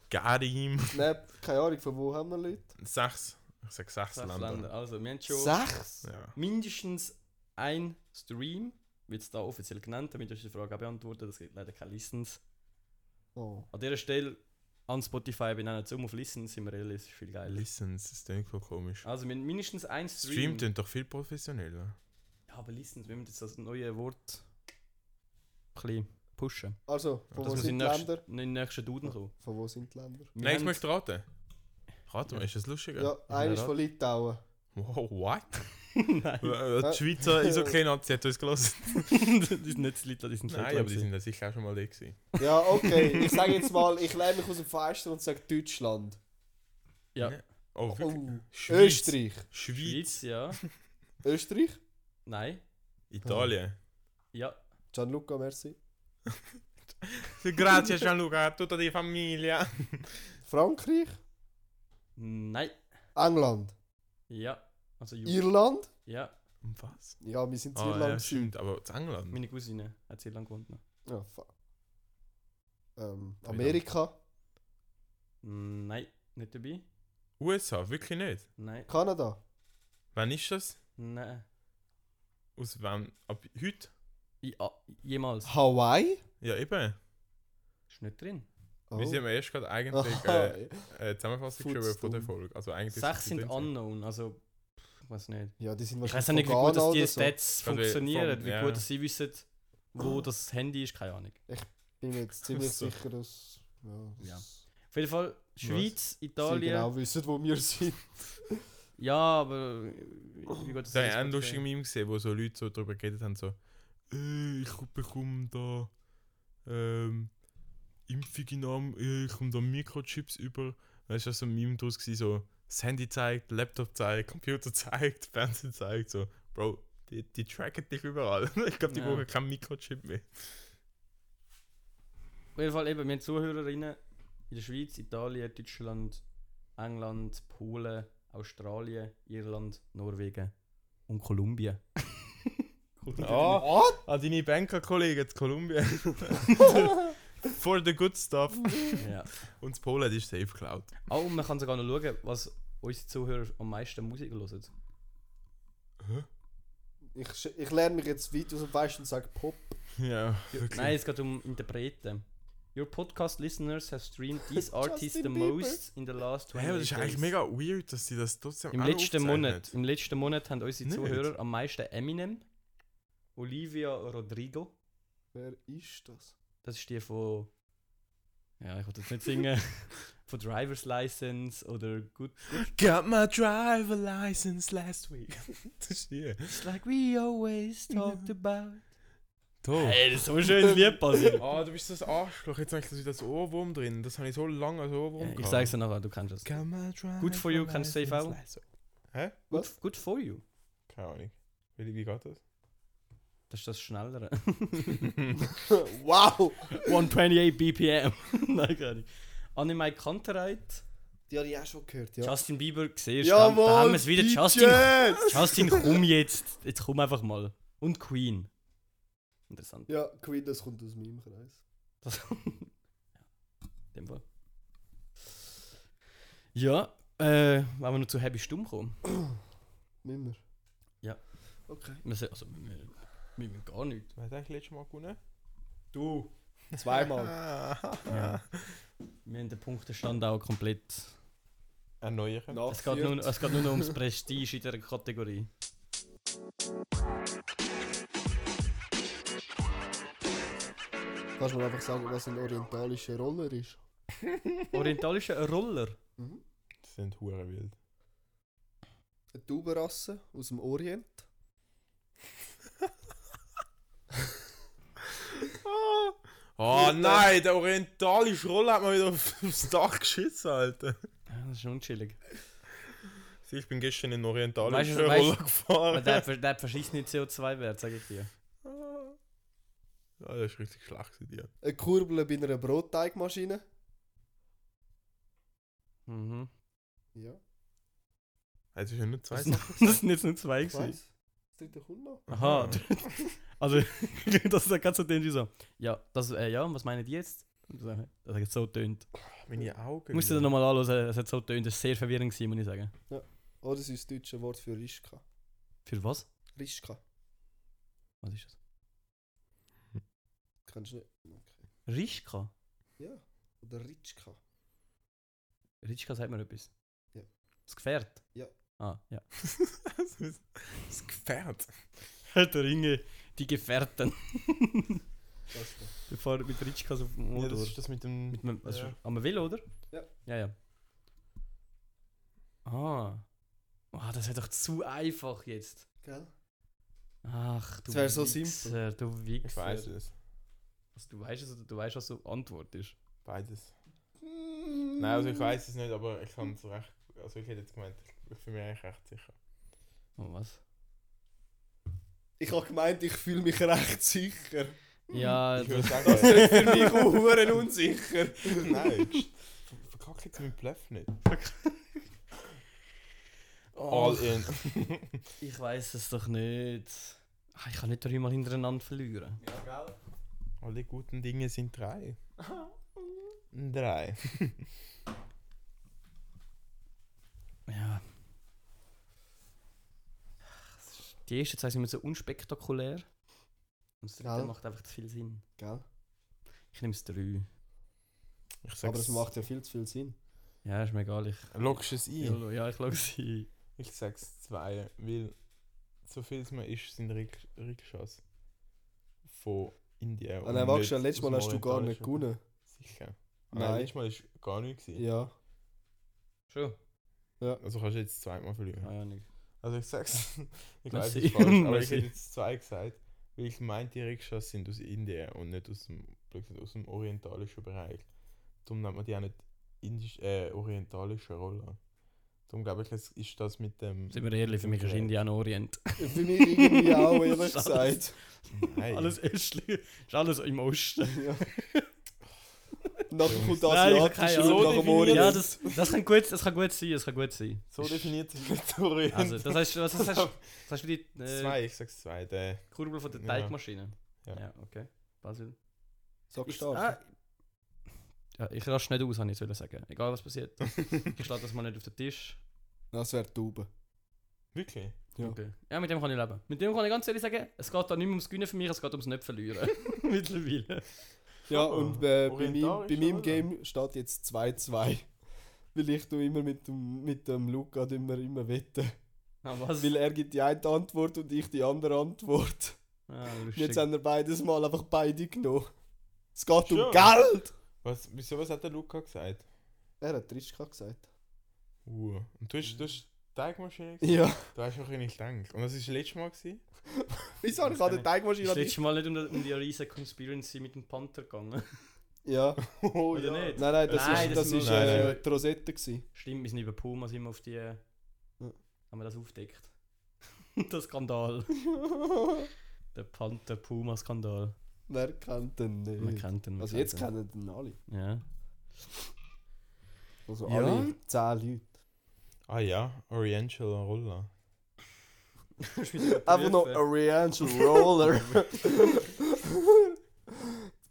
[SPEAKER 3] Garim.
[SPEAKER 4] Nein, keine Ahnung, von wo haben wir Leute?
[SPEAKER 3] Sechs. Ich sag sechs,
[SPEAKER 2] Sechs
[SPEAKER 3] Länder.
[SPEAKER 2] Länder. Also, wir haben schon
[SPEAKER 4] Sechs?
[SPEAKER 3] Ja.
[SPEAKER 2] mindestens ein Stream, wird es da offiziell genannt, damit ich die Frage auch beantwortet. Es gibt leider keine Listens.
[SPEAKER 4] Oh.
[SPEAKER 2] An dieser Stelle an Spotify benennen zum auf Listens, sind wir ehrlich, ist viel geiler.
[SPEAKER 3] Listens, das klingt voll komisch.
[SPEAKER 2] Also, wir haben mindestens ein Stream.
[SPEAKER 3] Stream klingt doch viel professioneller.
[SPEAKER 2] Ja, aber Listens, wir müssen jetzt das neue Wort ein bisschen pushen.
[SPEAKER 4] Also, von
[SPEAKER 2] Dass
[SPEAKER 4] wo
[SPEAKER 2] wir in den
[SPEAKER 4] sind die Länder?
[SPEAKER 2] nächsten, in den nächsten Duden kommen.
[SPEAKER 4] Von wo sind die Länder?
[SPEAKER 2] Wir
[SPEAKER 3] Nein, ich
[SPEAKER 2] haben-
[SPEAKER 3] möchte raten. Raten wir, ist das lustiger?
[SPEAKER 4] Ja, einer ist
[SPEAKER 2] rat.
[SPEAKER 4] von Litauen.
[SPEAKER 3] Wow, what?
[SPEAKER 2] Nein,
[SPEAKER 3] Die Äh, Schweizer ist okay, Nazi hat uns gelassen.
[SPEAKER 2] die sind nicht die Leute, die sind
[SPEAKER 3] Nein, aber die sind da sicher auch schon mal da gewesen.
[SPEAKER 4] Ja, okay. Ich sage jetzt mal, ich lehne mich aus dem Fenster und sage Deutschland.
[SPEAKER 2] Ja.
[SPEAKER 3] Ne? Oh, wirklich?
[SPEAKER 4] Oh.
[SPEAKER 3] Schweiz.
[SPEAKER 4] Österreich.
[SPEAKER 3] Schweiz.
[SPEAKER 2] Schweiz, ja.
[SPEAKER 4] Österreich?
[SPEAKER 2] Nein.
[SPEAKER 3] Italien.
[SPEAKER 2] Ja.
[SPEAKER 4] Gianluca, merci.
[SPEAKER 3] Oh. Grazie Gianluca, tutta di famiglia.
[SPEAKER 4] Frankreich?
[SPEAKER 2] Nein.
[SPEAKER 4] England?
[SPEAKER 2] Ja. Also, Ju-
[SPEAKER 4] Irland?
[SPEAKER 2] ja.
[SPEAKER 3] Und Um was?
[SPEAKER 4] Ja, wir sind in
[SPEAKER 3] Ah,
[SPEAKER 4] Irland.
[SPEAKER 3] ja,
[SPEAKER 4] gewesen.
[SPEAKER 3] stimmt, aber zu England.
[SPEAKER 2] Meine Cousine hat sehr lange gewohnt. ne. noch.
[SPEAKER 4] Ja, fuck. Ähm, Amerika,
[SPEAKER 2] Mm, Nein, nicht dabei.
[SPEAKER 3] USA, wirklich nicht.
[SPEAKER 2] Nein,
[SPEAKER 4] Kanada,
[SPEAKER 3] Wann ist das?
[SPEAKER 2] nein.
[SPEAKER 3] Aus wann? Ab heute?
[SPEAKER 2] I, ah, jemals.
[SPEAKER 4] Hawaii.
[SPEAKER 3] Ja, eben.
[SPEAKER 2] Ist nicht drin.
[SPEAKER 4] Oh.
[SPEAKER 3] Wir sind ja erst gerade eigentlich
[SPEAKER 4] Aha.
[SPEAKER 3] äh, äh, Zusammenfassung
[SPEAKER 4] Food
[SPEAKER 3] geschrieben von der
[SPEAKER 4] Stone.
[SPEAKER 3] Folge. Also eigentlich
[SPEAKER 2] Sechs sind
[SPEAKER 3] an.
[SPEAKER 2] unknown, also pff, ich weiß nicht.
[SPEAKER 4] ja, die sind
[SPEAKER 2] Ich
[SPEAKER 4] wahrscheinlich.
[SPEAKER 2] weiß auch nicht, wie
[SPEAKER 4] von
[SPEAKER 2] gut dass
[SPEAKER 4] Ghana
[SPEAKER 2] die
[SPEAKER 4] oder so.
[SPEAKER 2] Stats
[SPEAKER 3] Also,
[SPEAKER 2] funktionieren,
[SPEAKER 3] vom-
[SPEAKER 2] wie
[SPEAKER 3] ja.
[SPEAKER 2] gut dass sie wissen, wo das Handy ist, keine Ahnung.
[SPEAKER 4] bin mir jetzt ziemlich
[SPEAKER 3] So.
[SPEAKER 4] sicher, dass. Ja.
[SPEAKER 2] Ja.
[SPEAKER 4] dass
[SPEAKER 2] Auf jeden Fall Schweiz,
[SPEAKER 4] Sie
[SPEAKER 2] Italien.
[SPEAKER 4] genau wissen, wo wir sind.
[SPEAKER 2] Ja, aber äh, wie gut das
[SPEAKER 3] Da habe
[SPEAKER 2] sie
[SPEAKER 3] ich
[SPEAKER 2] das
[SPEAKER 3] einen lustigen
[SPEAKER 2] funktioniert.
[SPEAKER 3] Meme gesehen, wo so Leute so darüber geredet haben, so «Äh, ich bekomme da ähm, Impfung in Arm, äh, ich komme da Mikrochips über. Da ist das so ein Meme draus gewesen, so das Handy zeigt, Laptop zeigt, Computer zeigt, Fernsehen zeigt, so «Bro, die, die tracken dich überall. ich glaube, die
[SPEAKER 2] Ja.
[SPEAKER 3] brauchen keinen Mikrochip mehr.»
[SPEAKER 2] Auf jeden Fall eben, wir haben Zuhörerinnen in der Schweiz, Italien, Deutschland, England, Polen, Australien, Irland, Norwegen und Kolumbien.
[SPEAKER 3] Ah, an deine Banker-Kollegen in Kolumbien. For the good stuff.
[SPEAKER 2] ja.
[SPEAKER 3] Und das Polen ist safe geklaut.
[SPEAKER 2] Ah, und man kann sogar noch schauen, was unsere Zuhörer am meisten Musik hören.
[SPEAKER 4] Ich, sch- ich lerne mich jetzt weit aus dem Fenster und sage Pop.
[SPEAKER 3] Ja,
[SPEAKER 2] Nein, es geht um Interpreten. Your podcast listeners have streamed these artists the
[SPEAKER 4] Justin Bieber.
[SPEAKER 2] most in the last 20
[SPEAKER 3] Hey, aber das ist eigentlich mega weird, dass sie das trotzdem
[SPEAKER 2] Im
[SPEAKER 3] auch
[SPEAKER 2] letzten
[SPEAKER 3] aufzeichnen.
[SPEAKER 2] Monat, im letzten Monat haben unsere
[SPEAKER 3] Nicht.
[SPEAKER 2] Zuhörer am meisten Eminem, Olivia Rodrigo,
[SPEAKER 4] Wer ist das?
[SPEAKER 2] das ist die von ja, ich wollte jetzt nicht singen, von Driver's License oder Good
[SPEAKER 3] Got my driver license last week. das ist hier.
[SPEAKER 2] It's like we always talked about.
[SPEAKER 3] Toll.
[SPEAKER 2] Ey, das ist so ein schönes Lied, Basil.
[SPEAKER 3] Ah, du bist so ein Arschloch. Jetzt habe ich das wieder als Ohrwurm drin. Das habe ich so lange als Ohrwurm
[SPEAKER 2] Ich sag's dir nachher, du kannst es. Good
[SPEAKER 3] Good
[SPEAKER 2] for you, kannst du safe auch?
[SPEAKER 3] Hä?
[SPEAKER 2] Good, good for you.
[SPEAKER 3] Keine Ahnung. Wie, wie geht das?
[SPEAKER 2] Das ist das Schnellere.
[SPEAKER 4] wow!
[SPEAKER 2] 128 BPM. Nein, gar nicht. Anime Kantereit.
[SPEAKER 4] Die habe ich auch schon gehört, ja.
[SPEAKER 2] Justin Bieber, siehst du, da,
[SPEAKER 4] Jawohl,
[SPEAKER 2] da haben wir es wieder.
[SPEAKER 4] DJ!
[SPEAKER 2] Justin, Justin, komm jetzt. Jetzt komm einfach mal. Und Queen. Interessant.
[SPEAKER 4] Ja, Queen, das kommt aus meinem Kreis.
[SPEAKER 2] Das, ja, in dem Fall. Ja, äh, wenn wir noch zu Happy Stumm kommen.
[SPEAKER 4] Nimmer.
[SPEAKER 2] Ja.
[SPEAKER 4] Okay.
[SPEAKER 2] Wir se- also, wir, wir, wir gar nicht.
[SPEAKER 3] Wer hat eigentlich letztes Mal gewonnen?
[SPEAKER 4] Du, zweimal.
[SPEAKER 3] Ah.
[SPEAKER 2] Wir haben den Punktestand auch komplett.
[SPEAKER 3] Erneuern.
[SPEAKER 2] Es geht, nur, es geht nur noch ums Prestige in dieser Kategorie.
[SPEAKER 4] Kannst du mir einfach sagen, was ein orientalischer Roller ist?
[SPEAKER 2] Orientalischer Roller.
[SPEAKER 3] Das sind Huren wild.
[SPEAKER 4] Eine Taubenrasse aus dem Orient.
[SPEAKER 2] Ah.
[SPEAKER 3] Oh nein, der orientale Schroll hat mir wieder aufs Dach geschissen, Alter.
[SPEAKER 2] Ja, Das ist unchillig.
[SPEAKER 3] Sieh, Ich bin gestern in den orientalischen
[SPEAKER 2] Weißt du-
[SPEAKER 3] Roller
[SPEAKER 2] weißt du- Aber
[SPEAKER 3] gefahren.
[SPEAKER 2] der, hat ver- der hat verschissene CO2-Wert, sage ich dir.
[SPEAKER 3] Ja, das ist richtig schlecht gewesen, dir.
[SPEAKER 4] Eine Kurbel bei einer Brotteigmaschine.
[SPEAKER 2] Mhm.
[SPEAKER 4] Ja,
[SPEAKER 3] Also ist ja nur zwei
[SPEAKER 2] Das,
[SPEAKER 3] Sachen.
[SPEAKER 2] das sind jetzt nur zwei
[SPEAKER 4] ich
[SPEAKER 2] gewesen.
[SPEAKER 4] weiß. Das dritte kommt noch.
[SPEAKER 2] Aha. also, das ist ganz so dünn wie so. Ja, das, äh, ja, und was meinen die jetzt? Und so, Das hat so tönt.
[SPEAKER 3] Meine Augen.
[SPEAKER 2] Musst du dir
[SPEAKER 3] wieder.
[SPEAKER 2] nochmal anhören, es hat so tönt. Das war sehr verwirrend, gewesen, muss ich sagen.
[SPEAKER 4] Oh, das ist das deutsche Wort für Rischka.
[SPEAKER 2] Für was?
[SPEAKER 4] Rischka.
[SPEAKER 2] Was ist das?
[SPEAKER 4] Kennst du nicht? Okay.
[SPEAKER 2] Rischka?
[SPEAKER 4] Ja. Oder Ritschka.
[SPEAKER 2] Rischka sagt mir etwas.
[SPEAKER 4] Ja.
[SPEAKER 2] Das Gefährt?
[SPEAKER 4] Ja.
[SPEAKER 2] Ah, ja.
[SPEAKER 3] Das ist- das Gefährt.
[SPEAKER 2] Halt Der Ringe, die Gefährten.
[SPEAKER 4] Das da.
[SPEAKER 2] Wir fahren mit Ritschkas auf dem
[SPEAKER 3] Ja,
[SPEAKER 2] Motor.
[SPEAKER 3] das ist das mit dem.
[SPEAKER 2] mit dem, also
[SPEAKER 3] ja.
[SPEAKER 2] Am Velo, oder?
[SPEAKER 4] Ja.
[SPEAKER 2] Ja, ja. Ah. Ah, das wäre doch zu einfach jetzt.
[SPEAKER 4] Gell?
[SPEAKER 2] Ach, du
[SPEAKER 4] Das wär so
[SPEAKER 2] Wichser, du
[SPEAKER 3] ich
[SPEAKER 2] Wichser.
[SPEAKER 3] weiß es.
[SPEAKER 2] Also, du weißt es oder du weißt, was so Antwort ist.
[SPEAKER 3] Beides.
[SPEAKER 4] Hm.
[SPEAKER 3] Nein, also ich weiß es nicht, aber ich kann es recht. Also ich hätte jetzt gemeint, ich bin mir eigentlich recht sicher.
[SPEAKER 2] Oh, was?
[SPEAKER 4] Ich habe gemeint, ich fühle mich recht sicher.
[SPEAKER 2] Ja, also
[SPEAKER 3] Ich würde
[SPEAKER 2] das,
[SPEAKER 3] sagen,
[SPEAKER 4] Das ist für mich huren unsicher.
[SPEAKER 3] nein. jetzt- Verkack jetzt mit Bluff nicht.
[SPEAKER 2] oh,
[SPEAKER 3] All in.
[SPEAKER 2] ich weiß es doch nicht. Ah, Ich kann nicht dreimal hintereinander verlieren.
[SPEAKER 3] Alle guten Dinge sind drei. Drei.
[SPEAKER 2] Ja. Das ist- Die ersten zwei sind mir so unspektakulär. Und das dritte
[SPEAKER 4] Gell?
[SPEAKER 2] macht einfach zu viel Sinn.
[SPEAKER 4] Gell?
[SPEAKER 2] Ich nehme es drei.
[SPEAKER 3] Ich sag's,
[SPEAKER 4] Aber das macht ja viel zu viel Sinn.
[SPEAKER 2] Ja, ist mir egal. Ich,
[SPEAKER 3] Lockst es ein?
[SPEAKER 2] ja, ich glaube sie.
[SPEAKER 3] Ich sag's zwei, weil so viel es mir ist, sind Rik Rikschas von Indien.
[SPEAKER 4] Ah, nein,
[SPEAKER 3] und
[SPEAKER 4] warte,
[SPEAKER 3] nicht
[SPEAKER 4] letztes Mal
[SPEAKER 3] aus
[SPEAKER 4] hast
[SPEAKER 3] dem
[SPEAKER 4] du gar nicht
[SPEAKER 3] Orientalischen.
[SPEAKER 4] gewonnen.
[SPEAKER 3] Sicher. Nein.
[SPEAKER 4] Nein.
[SPEAKER 3] letztes Mal war gar nichts. gewesen.
[SPEAKER 4] Ja.
[SPEAKER 2] Schon?
[SPEAKER 3] Also kannst du jetzt zweimal verlieren.
[SPEAKER 2] Keine Ahnung.
[SPEAKER 3] Also ich sag's, ich weiß
[SPEAKER 2] Merci.
[SPEAKER 3] es ist falsch, aber ich
[SPEAKER 2] Merci.
[SPEAKER 3] hätte jetzt zwei gesagt, weil ich meinte, die Rikschas sind aus Indien und nicht aus dem, blöd gesagt, aus dem orientalischen Bereich. Darum nennt man die auch nicht indisch, äh, orientalische Roller. Darum glaube ich, es ist das mit dem...
[SPEAKER 2] Sind wir ehrlich, für mich ist Indien auch Orient.
[SPEAKER 4] Für mich irgendwie auch, ehrlich
[SPEAKER 2] Schade.
[SPEAKER 4] gesagt.
[SPEAKER 3] Nein,
[SPEAKER 2] Alles östlich. Ist alles im Osten.
[SPEAKER 4] Ja. Nachher kommt
[SPEAKER 2] Nein, ich hab
[SPEAKER 4] Asiatisch
[SPEAKER 2] keine
[SPEAKER 4] und
[SPEAKER 2] Ahnung.
[SPEAKER 4] nach dem Orient.
[SPEAKER 2] Ja, das, das, kann gut, das kann gut sein, das kann gut sein.
[SPEAKER 3] so definiert sich nicht der Orient.
[SPEAKER 2] Also, das heißt, was hast du? Was hast du die äh,
[SPEAKER 3] zwei, ich sag's zwei, der...
[SPEAKER 2] Kurbel von der
[SPEAKER 3] Ja.
[SPEAKER 2] Teigmaschine?
[SPEAKER 3] Ja.
[SPEAKER 2] okay. Basil.
[SPEAKER 4] Sag
[SPEAKER 2] Ich,
[SPEAKER 4] stark.
[SPEAKER 2] ah, ja, ich rasch nicht aus, habe ich sollen sagen. Egal was passiert. ich schlage das mal nicht auf den Tisch.
[SPEAKER 4] Das wäre Tauben.
[SPEAKER 3] Wirklich?
[SPEAKER 4] Ja.
[SPEAKER 2] Okay. Ja, mit dem kann ich leben. Mit dem kann ich ganz ehrlich sagen, es geht da nicht mehr ums Gewinnen für mich, es geht ums nicht verlieren. Mittlerweile.
[SPEAKER 4] Ja,
[SPEAKER 3] Ah,
[SPEAKER 4] und äh, bei, meinem, bei
[SPEAKER 3] orientalisch,
[SPEAKER 4] meinem
[SPEAKER 3] oder?
[SPEAKER 4] Game steht jetzt 2-2. Weil ich tu immer mit dem, mit dem Luca immer, immer wetten.
[SPEAKER 2] Ah, was?
[SPEAKER 4] Weil er gibt die eine Antwort und ich die andere Antwort.
[SPEAKER 2] Ah,
[SPEAKER 4] Und jetzt
[SPEAKER 2] lustig.
[SPEAKER 4] haben wir beides mal einfach beide genommen. Es geht um
[SPEAKER 3] Schön.
[SPEAKER 4] Geld!
[SPEAKER 3] Was, wieso, was hat der Luca gesagt?
[SPEAKER 4] Er hat Trischka gesagt.
[SPEAKER 3] Uh, und du hast, du hast Teigmaschine gesagt?
[SPEAKER 4] Ja.
[SPEAKER 3] Du hast auch nicht gedacht. Und das war letztes Mal? Gewesen?
[SPEAKER 4] Wieso? Ich habe den Teigmaschine
[SPEAKER 2] Ist
[SPEAKER 4] nicht.
[SPEAKER 2] letztes Mal nicht um, die- um die riesen Conspiracy mit dem Panther gegangen?
[SPEAKER 4] Ja.
[SPEAKER 3] Oh,
[SPEAKER 2] Oder nicht?
[SPEAKER 4] Nein, nein, das
[SPEAKER 2] Nein,
[SPEAKER 4] ist,
[SPEAKER 2] das
[SPEAKER 4] das
[SPEAKER 2] muss-
[SPEAKER 4] ist
[SPEAKER 3] Nein,
[SPEAKER 4] äh,
[SPEAKER 3] nein.
[SPEAKER 4] die Rosette. Gewesen.
[SPEAKER 2] Stimmt, wir sind über Puma sind wir auf die. Äh,
[SPEAKER 4] Ja.
[SPEAKER 2] Haben wir das aufgedeckt? der Skandal. Der Panther-Puma-Skandal.
[SPEAKER 4] Wer kennt den nicht?
[SPEAKER 2] Man kennt den. man
[SPEAKER 4] also
[SPEAKER 2] kennt
[SPEAKER 4] jetzt
[SPEAKER 2] den.
[SPEAKER 4] kennen den alle.
[SPEAKER 2] Ja.
[SPEAKER 4] Also
[SPEAKER 3] Ja.
[SPEAKER 4] alle 10 Leute.
[SPEAKER 3] Ah ja, Oriental Roller.
[SPEAKER 4] Einfach noch Oriental Roller.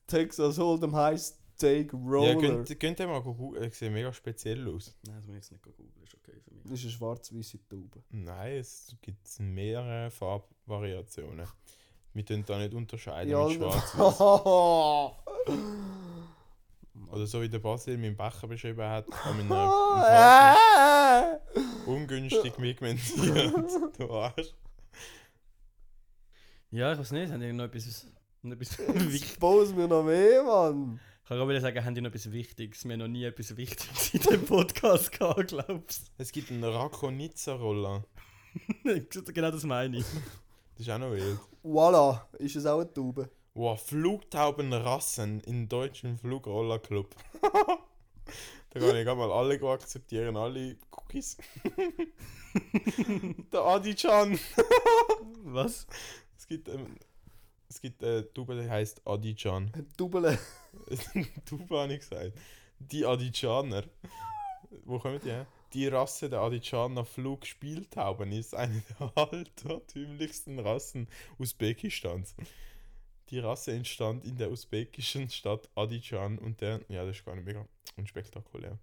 [SPEAKER 4] Texas Hold'em heißt Take
[SPEAKER 3] Ja,
[SPEAKER 4] Roller.
[SPEAKER 3] könnt, könnt ihr mal gucken, er sieht mega speziell aus.
[SPEAKER 2] Nein, das muss ich jetzt nicht googeln, ist okay für mich.
[SPEAKER 4] das ist eine schwarz-weiße Taube.
[SPEAKER 3] Nein, es gibt mehrere Farbvariationen. Wir können da nicht unterscheiden
[SPEAKER 4] Ja,
[SPEAKER 3] mit
[SPEAKER 2] also-
[SPEAKER 3] schwarz Oder so wie der Basil meinen Becher beschrieben hat, an meiner
[SPEAKER 2] Ah,
[SPEAKER 3] Farbe
[SPEAKER 4] Äh!
[SPEAKER 3] ungünstig pigmentiert. Du Arsch.
[SPEAKER 2] Ja, ich weiß nicht, haben die noch etwas. noch etwas Wichtiges?
[SPEAKER 4] Expose mir noch mehr, Mann.
[SPEAKER 2] Ich kann auch wieder sagen, haben die noch etwas Wichtiges? Wir haben noch nie etwas Wichtiges in dem Podcast gehabt, glaubst
[SPEAKER 3] Es gibt einen Rakonitzer Roller.
[SPEAKER 2] du? genau das meine ich.
[SPEAKER 3] Das ist auch noch wild.
[SPEAKER 4] Voila, ist es auch eine Taube.
[SPEAKER 3] Wow, Flugtaubenrassen im deutschen Flugrollerclub. da kann ich gerade mal alle go akzeptieren, alle Cookies. Der Adi-Chan.
[SPEAKER 2] Was?
[SPEAKER 3] Es gibt, ähm, es gibt äh, Tuba, die heißt Adi-Chan.
[SPEAKER 4] Eine Double.
[SPEAKER 3] Tuba habe ich gesagt. Die Adi-Chaner. Wo kommen die her? Die Rasse der Adichaner Flugspieltauben ist eine der altertümlichsten Rassen Usbekistans. Die Rasse entstand in der usbekischen Stadt Adichan und der. Ja, das ist gar nicht mega unspektakulär.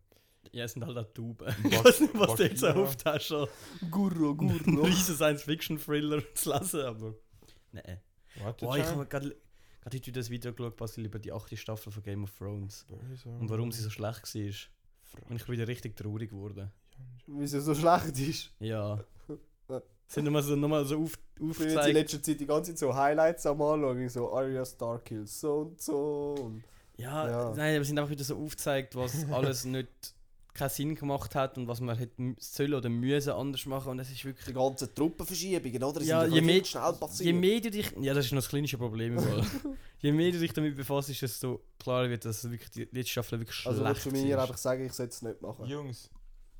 [SPEAKER 2] Ja, es sind halt auch Tauben. Ich weiß nicht, was du jetzt
[SPEAKER 3] Bakira.
[SPEAKER 2] aufhast. schon.
[SPEAKER 4] Gurro,
[SPEAKER 2] Ein
[SPEAKER 4] Gurro.
[SPEAKER 2] riesen Science-Fiction-Thriller zu lesen, aber... Nein.
[SPEAKER 3] Warte,
[SPEAKER 2] Boah, ich
[SPEAKER 3] Chan.
[SPEAKER 2] habe gerade heute das Video geschaut, Basil, über die achte Staffel von Game of Thrones. Und warum sie so schlecht war. Und ich bin wieder richtig traurig geworden.
[SPEAKER 4] Weil es ja so schlecht ist.
[SPEAKER 2] Ja. Sind nochmal so, noch mal so auf,
[SPEAKER 4] Ich bin jetzt in
[SPEAKER 2] aufgezeigt.
[SPEAKER 4] letzter Zeit die ganze Zeit so Highlights am anschauen, so Arya Stark kills so und so. Und
[SPEAKER 2] Ja,
[SPEAKER 4] Ja.
[SPEAKER 2] nein, aber sind einfach wieder so aufgezeigt, was alles nicht keinen Sinn gemacht hat und was man hätte m- sollen oder müssen anders machen. Und das ist
[SPEAKER 4] die
[SPEAKER 2] wirklich.
[SPEAKER 4] ganzen Truppenverschiebungen, oder? Die
[SPEAKER 2] Ja,
[SPEAKER 4] sind
[SPEAKER 2] je
[SPEAKER 4] viel
[SPEAKER 2] mehr-
[SPEAKER 4] zu schnell passiert.
[SPEAKER 2] Je mehr du dich. Ja, das ist noch das klinische Problem. im Fall. je mehr du dich damit befasst, desto klarer wird, dass wirklich die letzte Staffel wirklich schlecht
[SPEAKER 4] also willst du mir
[SPEAKER 2] war.
[SPEAKER 4] einfach sagen, ich sollte es nicht machen.
[SPEAKER 3] Jungs,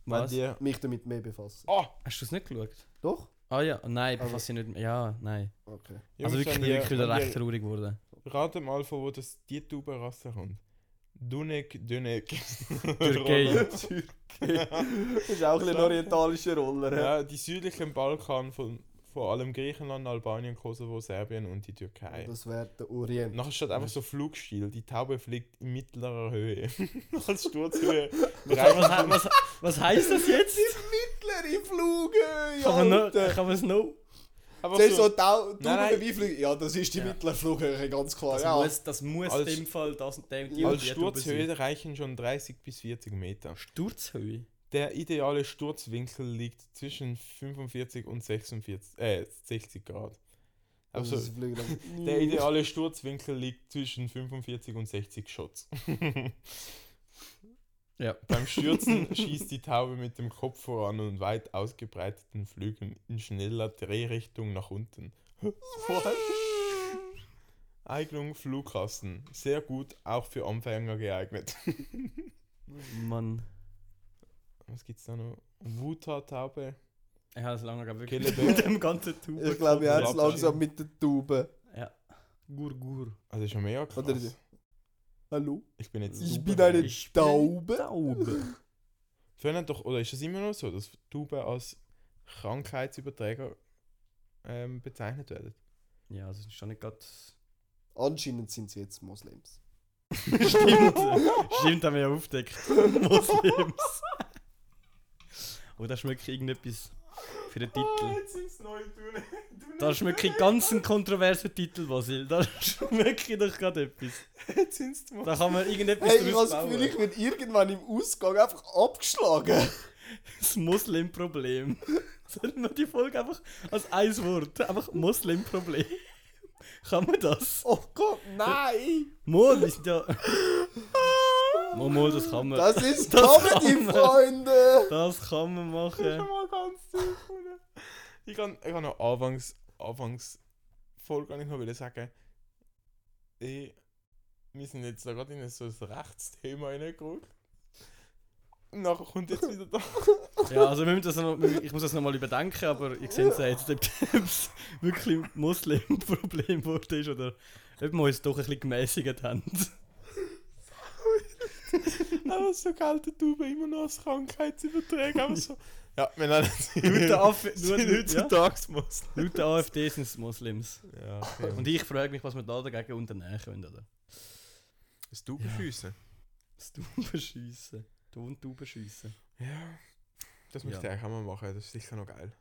[SPEAKER 3] wenn
[SPEAKER 2] Was?
[SPEAKER 3] dir.
[SPEAKER 4] Mich damit mehr befassen.
[SPEAKER 3] Oh!
[SPEAKER 2] Hast du es nicht geschaut?
[SPEAKER 4] Doch?
[SPEAKER 2] Ah ja, nein,
[SPEAKER 4] Also-
[SPEAKER 2] befasst also, nicht. Ja, nein.
[SPEAKER 4] Okay.
[SPEAKER 3] Jungs,
[SPEAKER 2] also wirklich, ich
[SPEAKER 3] wenn
[SPEAKER 2] bin
[SPEAKER 3] dir-
[SPEAKER 2] wirklich wieder
[SPEAKER 3] wenn
[SPEAKER 2] recht
[SPEAKER 3] dir-
[SPEAKER 2] traurig geworden.
[SPEAKER 3] Rate mal, von wo das die Tuba-Rasse kommt. Dunek, Dönek.
[SPEAKER 2] Türkei.
[SPEAKER 4] ist auch ein bisschen ein orientalischer Roller. Ja.
[SPEAKER 3] Ja, die südlichen Balkan von vor allem Griechenland, Albanien, Kosovo, Serbien und die Türkei.
[SPEAKER 4] Das wäre der Orient.
[SPEAKER 3] Nachher steht einfach so Flugstil. Die Taube fliegt in mittlerer Höhe. Als Sturzhöhe. Drei-
[SPEAKER 2] was, he- was, was heisst das jetzt?
[SPEAKER 4] Mittlere Flughöhe,
[SPEAKER 2] Kann man noch-
[SPEAKER 4] Alter.
[SPEAKER 2] kann man es noch.
[SPEAKER 3] einfach
[SPEAKER 4] Siehst du so
[SPEAKER 3] so,
[SPEAKER 4] Tau- Tauben
[SPEAKER 3] Nein, nein.
[SPEAKER 4] beifliegen? Ja, das ist die
[SPEAKER 2] Ja.
[SPEAKER 4] mittlere Flughöhe, ganz klar.
[SPEAKER 2] Das
[SPEAKER 4] ja.
[SPEAKER 2] muss, das muss
[SPEAKER 3] Als-
[SPEAKER 2] in dem Fall das und dem die
[SPEAKER 4] Ja,
[SPEAKER 2] und
[SPEAKER 3] als
[SPEAKER 2] die drüber sein.
[SPEAKER 3] Sturzhöhe reichen schon 30 bis 40 Meter.
[SPEAKER 2] Sturzhöhe?
[SPEAKER 3] Der ideale Sturzwinkel liegt zwischen 45 und 46, äh, 60 Grad.
[SPEAKER 4] Also,
[SPEAKER 3] Also,
[SPEAKER 4] sie fliegen dann-
[SPEAKER 3] der ideale Sturzwinkel liegt zwischen 45 und 60 Schutz.
[SPEAKER 2] Ja.
[SPEAKER 3] Beim Stürzen schießt die Taube mit dem Kopf voran und weit ausgebreiteten Flügeln in schneller Drehrichtung nach unten. What? Eignung Flugkasten. Sehr gut, auch für Anfänger geeignet.
[SPEAKER 2] Mann.
[SPEAKER 3] Was gibt's da noch? Wuta-Taube.
[SPEAKER 2] Ich habe es lange gar wirklich mit
[SPEAKER 3] Kelleberg.
[SPEAKER 2] dem ganzen Tub.
[SPEAKER 4] Ich glaube, ja, jetzt
[SPEAKER 3] Lapsus.
[SPEAKER 4] langsam mit den Tauben.
[SPEAKER 2] Gur, gur.
[SPEAKER 3] Also, das ist schon mega krass.
[SPEAKER 4] Oder die- Hallo?
[SPEAKER 3] Ich bin jetzt
[SPEAKER 4] Ich
[SPEAKER 3] super
[SPEAKER 4] bin eine
[SPEAKER 2] Ich bin
[SPEAKER 4] Taube.
[SPEAKER 2] Taube.
[SPEAKER 3] Früher doch, oder ist das immer noch so, dass Tauben als Krankheitsüberträger ähm, bezeichnet werden?
[SPEAKER 2] Ja, das ist schon nicht gerade.
[SPEAKER 4] Anscheinend sind sie jetzt Moslems.
[SPEAKER 2] Stimmt. Stimmt, haben wir ja aufgedeckt. Moslems. Oh, das ist wirklich irgendetwas für den Titel.
[SPEAKER 3] jetzt sind es neue Dune.
[SPEAKER 2] Das ist wirklich ganz ein kontroverser Titel, Basil. Das ist wirklich doch gerade etwas.
[SPEAKER 3] Jetzt sind es
[SPEAKER 2] Da kann man irgendetwas
[SPEAKER 4] Hey, ich habe
[SPEAKER 2] draus
[SPEAKER 4] das
[SPEAKER 2] bauen.
[SPEAKER 4] Gefühl, ich werde irgendwann im Ausgang einfach abgeschlagen.
[SPEAKER 2] Das Muslim-Problem. Sollen wir die Folge einfach als ein Wort, einfach Muslim-Problem. Kann man das?
[SPEAKER 4] Oh Gott, nein!
[SPEAKER 2] Mol, wir sind ja... Mol, Mol, das kann man. Das,
[SPEAKER 4] Das ist
[SPEAKER 2] Das
[SPEAKER 4] Comedy,
[SPEAKER 2] kann man.
[SPEAKER 4] Freunde!
[SPEAKER 2] kann man machen.
[SPEAKER 3] mal ganz tief unten. Ich kann, ich kann noch anfangs, anfangs voll gar nicht noch wieder sagen, ich, wir sind jetzt da gerade in so ein Rechtsthema reingerutscht. Nachher kommt jetzt wieder da.
[SPEAKER 2] Ja, also wir müssen das noch, ich muss das nochmal überdenken, aber ich sehe es ja jetzt, ob es wirklich Muslim-Problem geworden ist oder ob wir uns doch ein bisschen gemäßigt haben.
[SPEAKER 3] Aber so kalte Tauben immer noch als Krankheitsüberträger. Aber so. Ja, wir nennen sie
[SPEAKER 2] Laut der Aff-
[SPEAKER 3] sind
[SPEAKER 2] nur- ja.
[SPEAKER 3] heutzutage muss.
[SPEAKER 2] Laut der AfD sind es Muslims.
[SPEAKER 3] Ja, okay.
[SPEAKER 2] Und ich frage mich, was wir da dagegen unternehmen können, oder?
[SPEAKER 3] Hast du geschiessen?
[SPEAKER 2] Das Taubenschiessen. Ton Taubenschiessen.
[SPEAKER 3] Ja. Das
[SPEAKER 2] Ja.
[SPEAKER 3] möchte ich eigentlich auch mal machen, das ist sicher noch geil.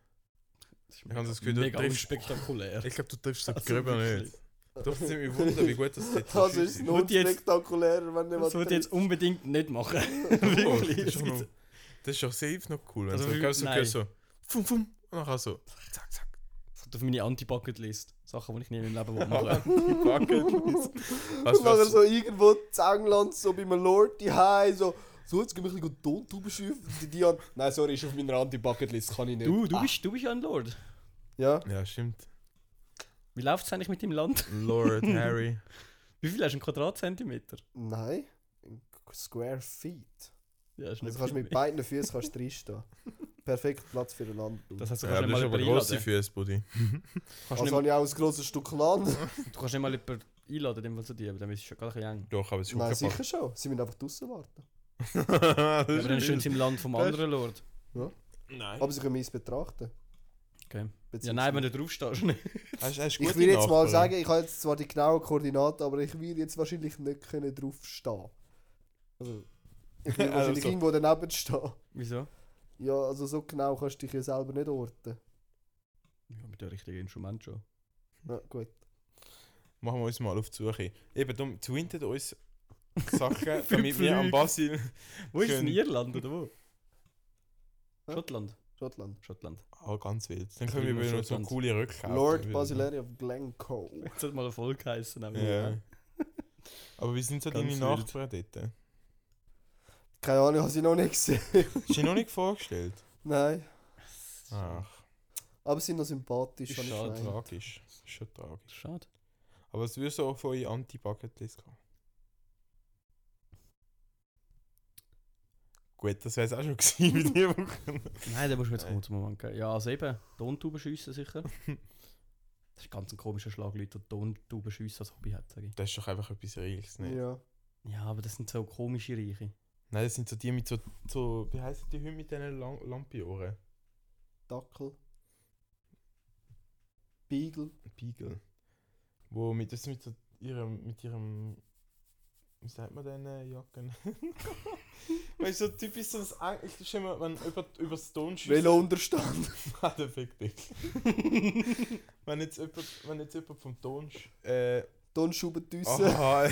[SPEAKER 2] Das ist
[SPEAKER 3] Ich habe das Gefühl, du
[SPEAKER 2] mega
[SPEAKER 3] triffst.
[SPEAKER 2] unspektakulär.
[SPEAKER 3] Ich glaube, du triffst so
[SPEAKER 2] Also
[SPEAKER 3] gröber
[SPEAKER 2] wirklich.
[SPEAKER 3] nicht. Doch, es ist mich wundern, wie gut das jetzt
[SPEAKER 4] Das ist
[SPEAKER 3] ist.
[SPEAKER 4] noch
[SPEAKER 2] Und jetzt-
[SPEAKER 4] spektakulärer, wenn
[SPEAKER 2] Das
[SPEAKER 4] jemand
[SPEAKER 2] würde ich jetzt
[SPEAKER 4] trifft.
[SPEAKER 2] unbedingt nicht machen.
[SPEAKER 3] Oh, das
[SPEAKER 2] Wirklich.
[SPEAKER 3] ist doch
[SPEAKER 2] Das
[SPEAKER 3] noch-
[SPEAKER 2] gibt's-
[SPEAKER 3] das ist doch safe noch cool.
[SPEAKER 2] Also
[SPEAKER 3] Also,
[SPEAKER 2] wie-
[SPEAKER 3] du gehst so,
[SPEAKER 2] nein.
[SPEAKER 3] gehst so, fum, fum, und nachher so, zack, zack.
[SPEAKER 2] das kommt auf meine Anti-Bucket-List. Sachen, die ich nie in meinem Leben will machen
[SPEAKER 3] Die Bucketlist.
[SPEAKER 4] Und nachher so irgendwo in England, so bei einem Lord die so So, jetzt gehen wir ein bisschen Tontauben schürfen. Die Dian, nein, sorry, ist auf meiner Anti-Bucketlist, kann ich nicht. Ah,
[SPEAKER 2] Du, du bist, du bist ja ein Lord.
[SPEAKER 4] Ja,
[SPEAKER 3] Ja, stimmt.
[SPEAKER 2] Wie läuft es eigentlich mit dem Land?
[SPEAKER 3] Lord Harry.
[SPEAKER 2] Wie viel hast du einen Quadratzentimeter?
[SPEAKER 4] nein. Square Feet.
[SPEAKER 2] Ja, ist
[SPEAKER 4] Also
[SPEAKER 2] nicht
[SPEAKER 4] kannst
[SPEAKER 2] viel
[SPEAKER 4] mit
[SPEAKER 2] mehr.
[SPEAKER 4] beiden Füßen kannst du reinstehen. Perfekt Platz für einen Landbau.
[SPEAKER 2] Das heißt, du
[SPEAKER 3] Ja,
[SPEAKER 2] kannst
[SPEAKER 3] das ist
[SPEAKER 2] nicht
[SPEAKER 3] aber
[SPEAKER 2] mal
[SPEAKER 3] grosse
[SPEAKER 2] jemanden
[SPEAKER 3] Füße, Buddy.
[SPEAKER 2] einladen.
[SPEAKER 4] Also habe ich auch ein grosses Stück Land.
[SPEAKER 2] Du kannst nicht mal jemanden einladen, in dem Fall zu dir, aber dann ist es schon gerade ein bisschen eng.
[SPEAKER 3] Doch, aber es ist
[SPEAKER 4] Nein,
[SPEAKER 3] schon
[SPEAKER 4] sicher schon. Sie müssen einfach draußen warten.
[SPEAKER 3] kaputt.
[SPEAKER 2] Aber dann schön im Land vom
[SPEAKER 3] Das ist-
[SPEAKER 2] anderen Lord.
[SPEAKER 3] Nein.
[SPEAKER 4] Aber sie können mich betrachten.
[SPEAKER 2] Okay. Ja, nein, wenn du draufstehst.
[SPEAKER 3] Hast, hast
[SPEAKER 4] ich will jetzt mal sagen, ich habe jetzt zwar die genauen Koordinaten, aber ich will jetzt wahrscheinlich nicht können draufstehen. Also, ich will
[SPEAKER 3] Also
[SPEAKER 4] wahrscheinlich
[SPEAKER 3] so.
[SPEAKER 4] irgendwo daneben stehen.
[SPEAKER 2] Wieso?
[SPEAKER 4] Ja, also so genau kannst du dich ja selber nicht orten.
[SPEAKER 2] Ja, mit dem richtigen Instrument schon.
[SPEAKER 4] Ja, gut.
[SPEAKER 3] Machen wir uns mal auf die Suche. Eben, darum twintet uns Sachen,
[SPEAKER 2] Für
[SPEAKER 3] damit wir
[SPEAKER 2] Pflüge.
[SPEAKER 3] am Basil.
[SPEAKER 2] Wo ist es in
[SPEAKER 3] Schön.
[SPEAKER 2] Irland oder wo?
[SPEAKER 4] Hä?
[SPEAKER 2] Schottland.
[SPEAKER 4] Schottland.
[SPEAKER 2] Schottland.
[SPEAKER 3] Ah, ganz wild. Dann
[SPEAKER 2] Ich
[SPEAKER 3] können wir
[SPEAKER 2] liebe
[SPEAKER 3] wieder so
[SPEAKER 2] Schottland.
[SPEAKER 3] coole Rückkaufen.
[SPEAKER 2] ne?
[SPEAKER 4] Lord
[SPEAKER 3] wieder.
[SPEAKER 4] Basileri of Glencoe.
[SPEAKER 2] Jetzt hat mal Erfolg geheißen.
[SPEAKER 3] Ja. Aber wie sind so
[SPEAKER 2] Ganz
[SPEAKER 3] deine
[SPEAKER 2] wild.
[SPEAKER 3] Nachbarn dort?
[SPEAKER 4] Keine Ahnung, habe ich noch nicht gesehen.
[SPEAKER 3] Hast du dir noch nicht vorgestellt?
[SPEAKER 4] Nein.
[SPEAKER 3] Ach,
[SPEAKER 4] Aber sie sind noch sympathisch.
[SPEAKER 3] ist
[SPEAKER 4] kann ich
[SPEAKER 3] schon
[SPEAKER 4] sagen.
[SPEAKER 3] tragisch. Ist schon tragisch.
[SPEAKER 2] Schade.
[SPEAKER 3] Aber es würde so auf eure Anti-Bucket-List kommen. Gut, das wäre es auch schon gewesen mit dir.
[SPEAKER 2] Nein, da musst du mir jetzt
[SPEAKER 3] Nein.
[SPEAKER 2] kurz einen Moment geben. Ja, also eben, Tontauben schiessen sicher. Das ist ganz ein komischer Schlag, Leute, die Tontauben schiessen als Hobby hat, sage ich.
[SPEAKER 3] Das ist doch einfach etwas Reiches, nicht?
[SPEAKER 4] Ja.
[SPEAKER 2] Ja, aber das sind so komische Reiche.
[SPEAKER 3] Nein, das sind so die mit so, so wie heißen die Hunde mit diesen Lam Lampiohren?
[SPEAKER 4] Dackel. Beagle.
[SPEAKER 3] Beagle. Wo mit, das mit so ihrem, mit ihrem, wie sagt man denn, äh, Jacken? weißt du, so typisch so ein, ich stell mir, wenn jemand über das Ton schießt,
[SPEAKER 4] Velounterstand.
[SPEAKER 3] Ah, der fick dich. wenn jetzt jemand, wenn jetzt jemand vom Ton, sch- äh,
[SPEAKER 4] Tonschubertüsse.
[SPEAKER 3] aha,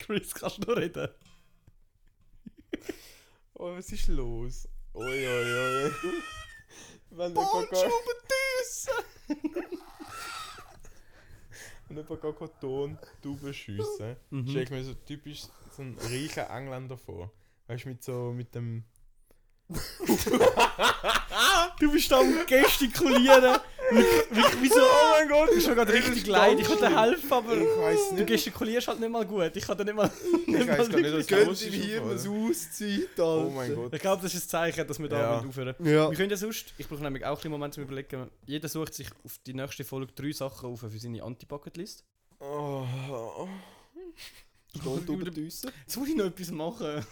[SPEAKER 2] Chris, kannst du noch reden?
[SPEAKER 3] oh, was ist los? Oi, oi, oi. wenn jemand gar-
[SPEAKER 4] Tonschubertüsse!
[SPEAKER 3] wenn jemand gar keinen Ton drüber schiessen.
[SPEAKER 2] Mhm.
[SPEAKER 3] Stell ich mir so typisch so einen reichen Engländer vor. Weißt du, mit so mit dem.
[SPEAKER 2] Du bist da am Gestikulieren. Wirklich wie so, oh mein Gott, ich bin gerade richtig leid, ich kann dir helfen, aber
[SPEAKER 3] Ich weiß
[SPEAKER 2] du
[SPEAKER 3] nicht.
[SPEAKER 2] gestikulierst halt nicht mal gut. Ich kann dir nicht mal.
[SPEAKER 3] Ich weiß gar nicht, was
[SPEAKER 4] Gönnt
[SPEAKER 3] los
[SPEAKER 4] ihm
[SPEAKER 3] ist
[SPEAKER 4] hier
[SPEAKER 3] im
[SPEAKER 4] mal
[SPEAKER 3] Fall.
[SPEAKER 4] so Auszeit, Alter.
[SPEAKER 3] Oh mein Gott.
[SPEAKER 2] Ich glaube, das ist ein Zeichen, dass wir da
[SPEAKER 3] Ja.
[SPEAKER 2] ja. aufhören.
[SPEAKER 4] Ja.
[SPEAKER 2] Wir können ja sonst, ich brauche nämlich auch einen Moment zum Überlegen. Jeder sucht sich auf die nächste Folge drei Sachen auf für seine Anti-Bucket-List.
[SPEAKER 3] Oh.
[SPEAKER 4] Tonschubertüsse.
[SPEAKER 2] Soll ich noch etwas machen?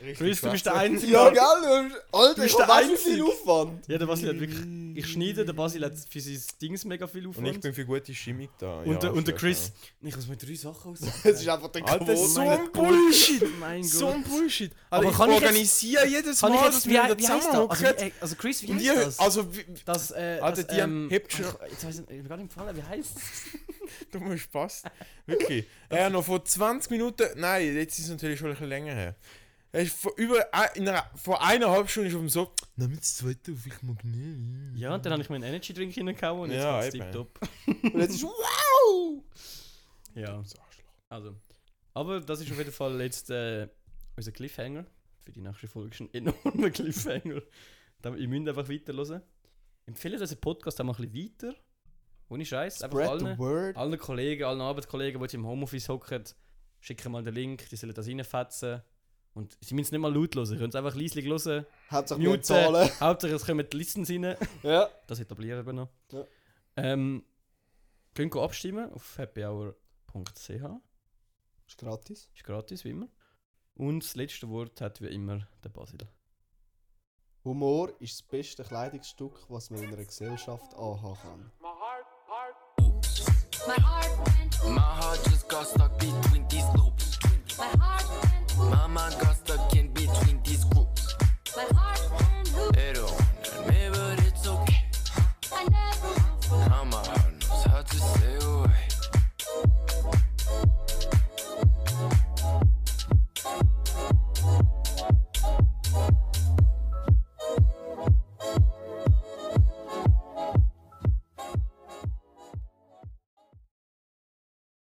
[SPEAKER 3] Richtig
[SPEAKER 2] Chris, du bist der
[SPEAKER 3] schlecht.
[SPEAKER 2] Einzige.
[SPEAKER 4] Ja, gell? Alter,
[SPEAKER 2] Du bist
[SPEAKER 4] ich
[SPEAKER 2] der
[SPEAKER 4] weiß wie
[SPEAKER 2] Einzige.
[SPEAKER 4] viel Aufwand.
[SPEAKER 2] Ja, der Basil hat wirklich. Ich schneide, der Basil hat für sein Dings mega viel
[SPEAKER 3] Und
[SPEAKER 2] Aufwand.
[SPEAKER 3] ich bin für gute Chemie da.
[SPEAKER 2] und, der,
[SPEAKER 3] ja,
[SPEAKER 2] und der
[SPEAKER 3] ich
[SPEAKER 2] Chris.
[SPEAKER 3] weiß
[SPEAKER 2] Ich muss mir drei Sachen aus.
[SPEAKER 4] Es ist einfach der
[SPEAKER 3] Alter,
[SPEAKER 4] Quote.
[SPEAKER 3] so
[SPEAKER 2] mein
[SPEAKER 3] ein
[SPEAKER 2] Gott.
[SPEAKER 3] Bullshit.
[SPEAKER 2] Mein
[SPEAKER 3] auch.
[SPEAKER 2] Gott.
[SPEAKER 3] So ein Bullshit.
[SPEAKER 2] Aber
[SPEAKER 3] Also ich
[SPEAKER 2] kann ich jetzt-
[SPEAKER 3] organisiere jedes
[SPEAKER 2] Kann ich
[SPEAKER 3] Mal,
[SPEAKER 2] jetzt, Also
[SPEAKER 3] dass
[SPEAKER 2] wie, wie
[SPEAKER 3] wir
[SPEAKER 2] heißt das?
[SPEAKER 3] wieder
[SPEAKER 2] Also,
[SPEAKER 3] zusammenhocken.
[SPEAKER 2] wie, also Chris, wie
[SPEAKER 3] Und
[SPEAKER 2] heißt
[SPEAKER 3] ihr,
[SPEAKER 2] das?
[SPEAKER 3] also, wie,
[SPEAKER 2] das, äh,
[SPEAKER 3] Alter,
[SPEAKER 2] das,
[SPEAKER 3] die haben- hebt schon-
[SPEAKER 2] ach, Jetzt weiß ich, ich bin gerade im Fall, wie heißt es?
[SPEAKER 3] du machst Spaß. Wirklich. Ja, noch vor 20 Minuten. Nein, jetzt ist es natürlich schon ein bisschen länger her. Er ist vor, über, ein- in einer, vor eineinhalb Stunden ist auf dem so. Nimm jetzt das zweite auf, ich mag nicht.
[SPEAKER 2] Ja, und dann habe ich mir einen Energy-Drink hineingehauen und jetzt
[SPEAKER 3] Ja,
[SPEAKER 2] ja, kommt
[SPEAKER 3] eben.
[SPEAKER 2] tiptop.
[SPEAKER 4] Und jetzt ist wow!
[SPEAKER 2] Ja.
[SPEAKER 3] So Arschloch.
[SPEAKER 2] Also. Aber das ist auf jeden Fall jetzt äh, unser Cliffhanger. Für die nächste Folge ist ein enormer Cliffhanger. Da, ihr müsst einfach weiterhören. Empfehle diesen Podcast auch mal ein bisschen weiter. Ohne Scheiß. Einfach
[SPEAKER 4] Spread the
[SPEAKER 2] allen,
[SPEAKER 4] word.
[SPEAKER 2] allen Kollegen, allen Arbeitskollegen, die jetzt im Homeoffice hocken, schicken mal den Link, die sollen das reinfetzen. Und sie müssen es nicht mal laut hören, sie können es einfach leislich hören.
[SPEAKER 4] Hauptsache wir zahlen.
[SPEAKER 2] Muten. Hauptsache es kommen die Listens rein.
[SPEAKER 4] Ja.
[SPEAKER 2] Das etablieren wir noch.
[SPEAKER 4] Ja.
[SPEAKER 2] Ähm, könnt ihr abstimmen auf happyhour.ch.
[SPEAKER 4] Ist gratis.
[SPEAKER 2] Ist gratis, wie immer. Und das letzte Wort hat wie immer der Basil.
[SPEAKER 4] Humor ist das beste Kleidungsstück, was man in einer Gesellschaft anhaben kann.
[SPEAKER 5] My heart went,
[SPEAKER 6] My heart just got stuck between these loops.
[SPEAKER 5] my heart went,
[SPEAKER 6] My mind got stuck in